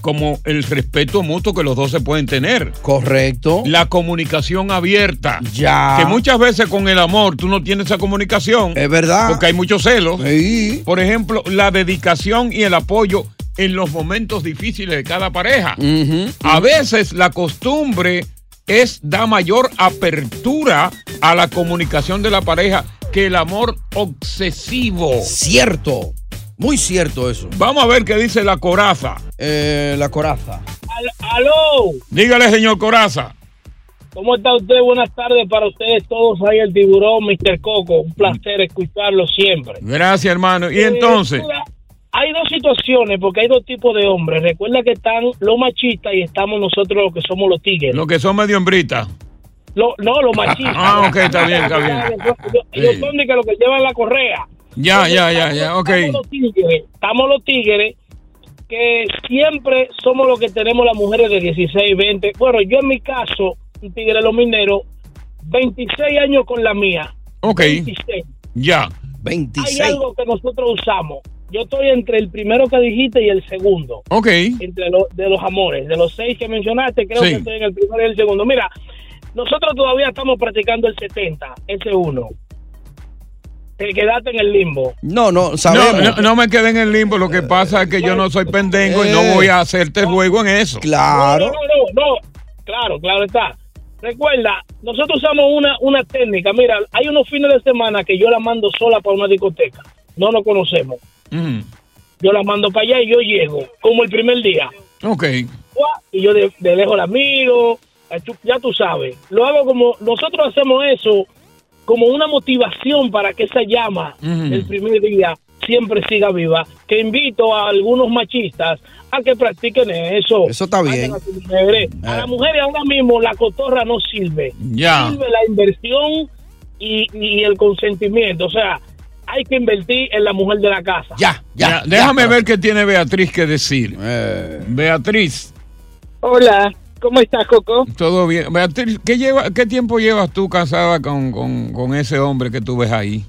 Speaker 4: Como el respeto mutuo que los dos se pueden tener.
Speaker 5: Correcto.
Speaker 4: La comunicación abierta.
Speaker 5: Ya.
Speaker 4: Que muchas veces con el amor tú no tienes esa comunicación.
Speaker 5: Es verdad.
Speaker 4: Porque hay muchos celos.
Speaker 5: Sí.
Speaker 4: Por ejemplo, la dedicación y el apoyo en los momentos difíciles de cada pareja.
Speaker 5: Ujú.
Speaker 4: A veces la costumbre es da mayor apertura a la comunicación de la pareja que el amor obsesivo.
Speaker 5: Cierto. Muy cierto eso.
Speaker 4: Vamos a ver qué dice la coraza.
Speaker 5: Eh, la coraza.
Speaker 23: ¡Aló!
Speaker 4: Dígale, señor Coraza.
Speaker 23: ¿Cómo está usted? Buenas tardes para ustedes todos. Ahí el tiburón, Mr. Coco. Un placer escucharlo siempre.
Speaker 4: Gracias, hermano. Y entonces,
Speaker 23: Eh, hay dos situaciones, porque hay dos tipos de hombres. Recuerda que están los machistas y estamos nosotros los que somos los tigres.
Speaker 4: lo que son medio hembritas.
Speaker 23: Lo- no, los machistas.
Speaker 4: Ah, ok, está bien,
Speaker 23: (laughs)
Speaker 4: está bien.
Speaker 23: Ellos- Ellos son de que lo que llevan la correa.
Speaker 4: Ya, ya, ya, ya, ok.
Speaker 23: Estamos los tigres, estamos los tigres que siempre somos los que tenemos las mujeres de 16, 20. Bueno, yo en mi caso, un tigre de los mineros, 26 años con la mía.
Speaker 4: Ok.
Speaker 23: 26.
Speaker 4: Ya.
Speaker 23: Hay algo que nosotros usamos. Yo estoy entre el primero que dijiste y el segundo.
Speaker 4: Ok.
Speaker 23: Entre lo- de los amores. De los seis que mencionaste, creo
Speaker 4: Sí.
Speaker 23: que estoy en el primero y el segundo. Mira, nosotros todavía estamos practicando el 70, ese uno. Te quedaste en el limbo.
Speaker 5: No, no,
Speaker 4: No,
Speaker 5: sabemos.
Speaker 4: no, no me quedé en el limbo. Lo que pasa es que yo no soy pendengo y no
Speaker 5: Eh.
Speaker 4: voy a hacerte juego en eso.
Speaker 23: No, no, no, no. Claro, claro está. Recuerda, nosotros usamos una, una técnica. Mira, hay unos fines de semana que yo la mando sola para una discoteca. No nos conocemos.
Speaker 4: Mm,
Speaker 23: Yo la mando para allá y yo llego, como el primer día.
Speaker 4: ok.
Speaker 23: Guau, Y yo de, de lejos la miro. Ay, tú- Ya tú sabes. Lo hago como. Nosotros hacemos eso como una motivación para que esa llama
Speaker 4: Ujú.
Speaker 23: el primer día siempre siga viva. Que invito a algunos machistas a que practiquen eso.
Speaker 5: Eso está bien. Eh.
Speaker 23: Hagan a sus mujeres. A las mujeres ahora mismo la cotorra no sirve.
Speaker 4: Ya.
Speaker 23: Sirve la inversión y, y el consentimiento. O sea, hay que invertir en la mujer de la casa.
Speaker 5: Ya. Eh.
Speaker 4: Ya, déjame ver qué tiene Beatriz que decir. Beatriz,
Speaker 24: Hola, ¿cómo estás, Coco?
Speaker 4: todo bien. Beatriz, ¿qué, lleva, qué tiempo llevas tú casada con, con- con ese hombre que tú ves ahí?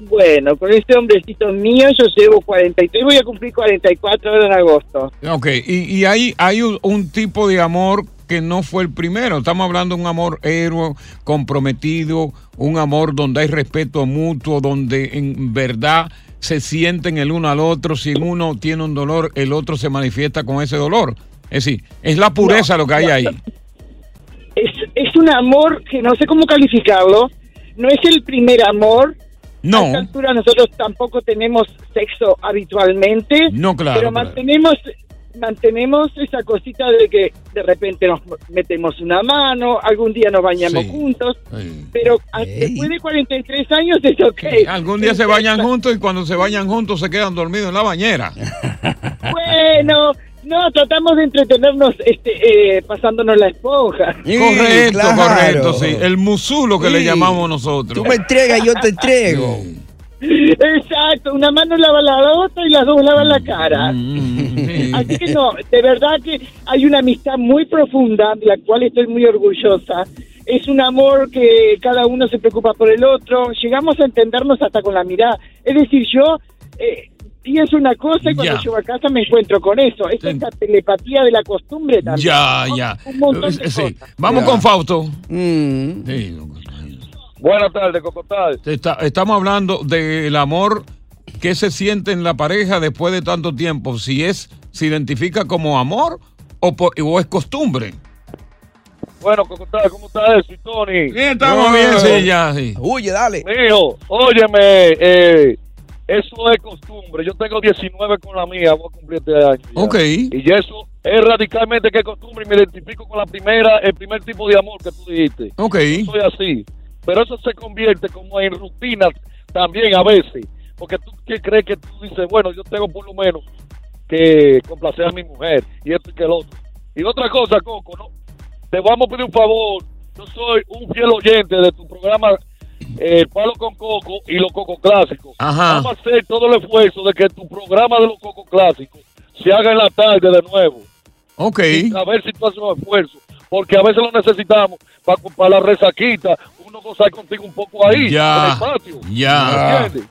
Speaker 25: Bueno, con este hombrecito mío yo llevo 43, voy a cumplir 44 ahora en agosto.
Speaker 4: Ok, y, y hay, hay un, un tipo de amor que no fue el primero. Estamos hablando de un amor héroe, comprometido, un amor donde hay respeto mutuo, donde en verdad se sienten el uno al otro. Si uno tiene un dolor, el otro se manifiesta con ese dolor. Es decir, es la pureza lo que hay ahí.
Speaker 25: Es, es un amor que no sé cómo calificarlo, no es el primer amor.
Speaker 4: No.
Speaker 25: A esta altura nosotros tampoco tenemos sexo habitualmente.
Speaker 4: No, claro,
Speaker 25: Pero
Speaker 4: claro.
Speaker 25: mantenemos mantenemos esa cosita de que de repente nos metemos una mano, algún día nos bañamos
Speaker 4: Sí.
Speaker 25: juntos, pero a- después de 43 años es ok.
Speaker 4: Algún día se bañan juntos y cuando se bañan juntos se quedan dormidos en la bañera.
Speaker 25: Bueno, no, tratamos de entretenernos este, eh, pasándonos la esponja.
Speaker 4: correcto, correcto, sí. El musulo que le llamamos nosotros.
Speaker 25: Tú me entregas, yo te entrego. Exacto, una mano lava la otra y las dos lavan la cara. Así que no, de verdad que hay una amistad muy profunda, de la cual estoy muy orgullosa. Es un amor que cada uno se preocupa por el otro. Llegamos a entendernos hasta con la mirada. Es decir, yo eh, pienso una cosa y cuando
Speaker 4: Ya.
Speaker 25: llego a casa me encuentro con eso. Es esa telepatía de la costumbre también.
Speaker 4: Ya, ya.
Speaker 25: Un montón de
Speaker 4: Sí.
Speaker 25: cosas.
Speaker 4: Vamos
Speaker 2: Ya.
Speaker 4: con Fausto. Sí,
Speaker 2: Buenas tardes, Cocotal.
Speaker 4: Está- estamos hablando del amor que se siente en la pareja después de tanto tiempo. Si es, se identifica como amor o, po- o es costumbre.
Speaker 2: Bueno, Cocotal, ¿cómo está eso? ¿Y Tony?
Speaker 4: Sí, estamos bien, sí, ya, sí.
Speaker 2: Huye, dale. Mijo, óyeme, eh, eso es costumbre. Yo tengo 19 con la mía, voy a cumplir este año. ya.
Speaker 4: Ok.
Speaker 2: Y eso es radicalmente que es costumbre y me identifico con la primera, el primer tipo de amor que tú dijiste.
Speaker 4: Ok.
Speaker 2: Yo soy así. Pero eso se convierte como en rutina también a veces. Porque tú ¿qué crees que tú dices, bueno, yo tengo por lo menos que complacer a mi mujer y esto y que el otro. Y otra cosa, Coco, ¿no? Te vamos a pedir un favor. Yo soy un fiel oyente de tu programa eh, El Palo con Coco y los Coco Clásicos.
Speaker 4: Ajá.
Speaker 2: Vamos a hacer todo el esfuerzo de que tu programa de los Coco Clásicos se haga en la tarde de nuevo.
Speaker 4: Ok.
Speaker 2: Y a ver si tú haces un esfuerzo. Porque a veces lo necesitamos para la resaquita. Uno gozar contigo un poco ahí. En
Speaker 4: Ya.
Speaker 2: el patio.
Speaker 4: Ya.
Speaker 2: ¿Entiendes?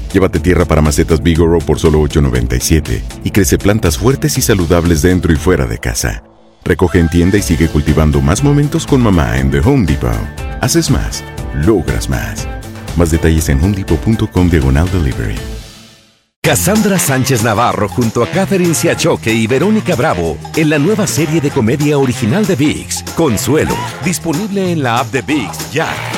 Speaker 20: Llévate tierra para macetas Bigoro por solo $8.97 y crece plantas fuertes y saludables dentro y fuera de casa. Recoge en tienda y sigue cultivando más momentos con mamá en The Home Depot. Haces más, logras más. Más detalles en homedepot.com diagonal delivery.
Speaker 10: Cassandra Sánchez Navarro junto a Catherine Siachoque y Verónica Bravo en la nueva serie de comedia original de Vix, Consuelo, disponible en la app de Vix ya.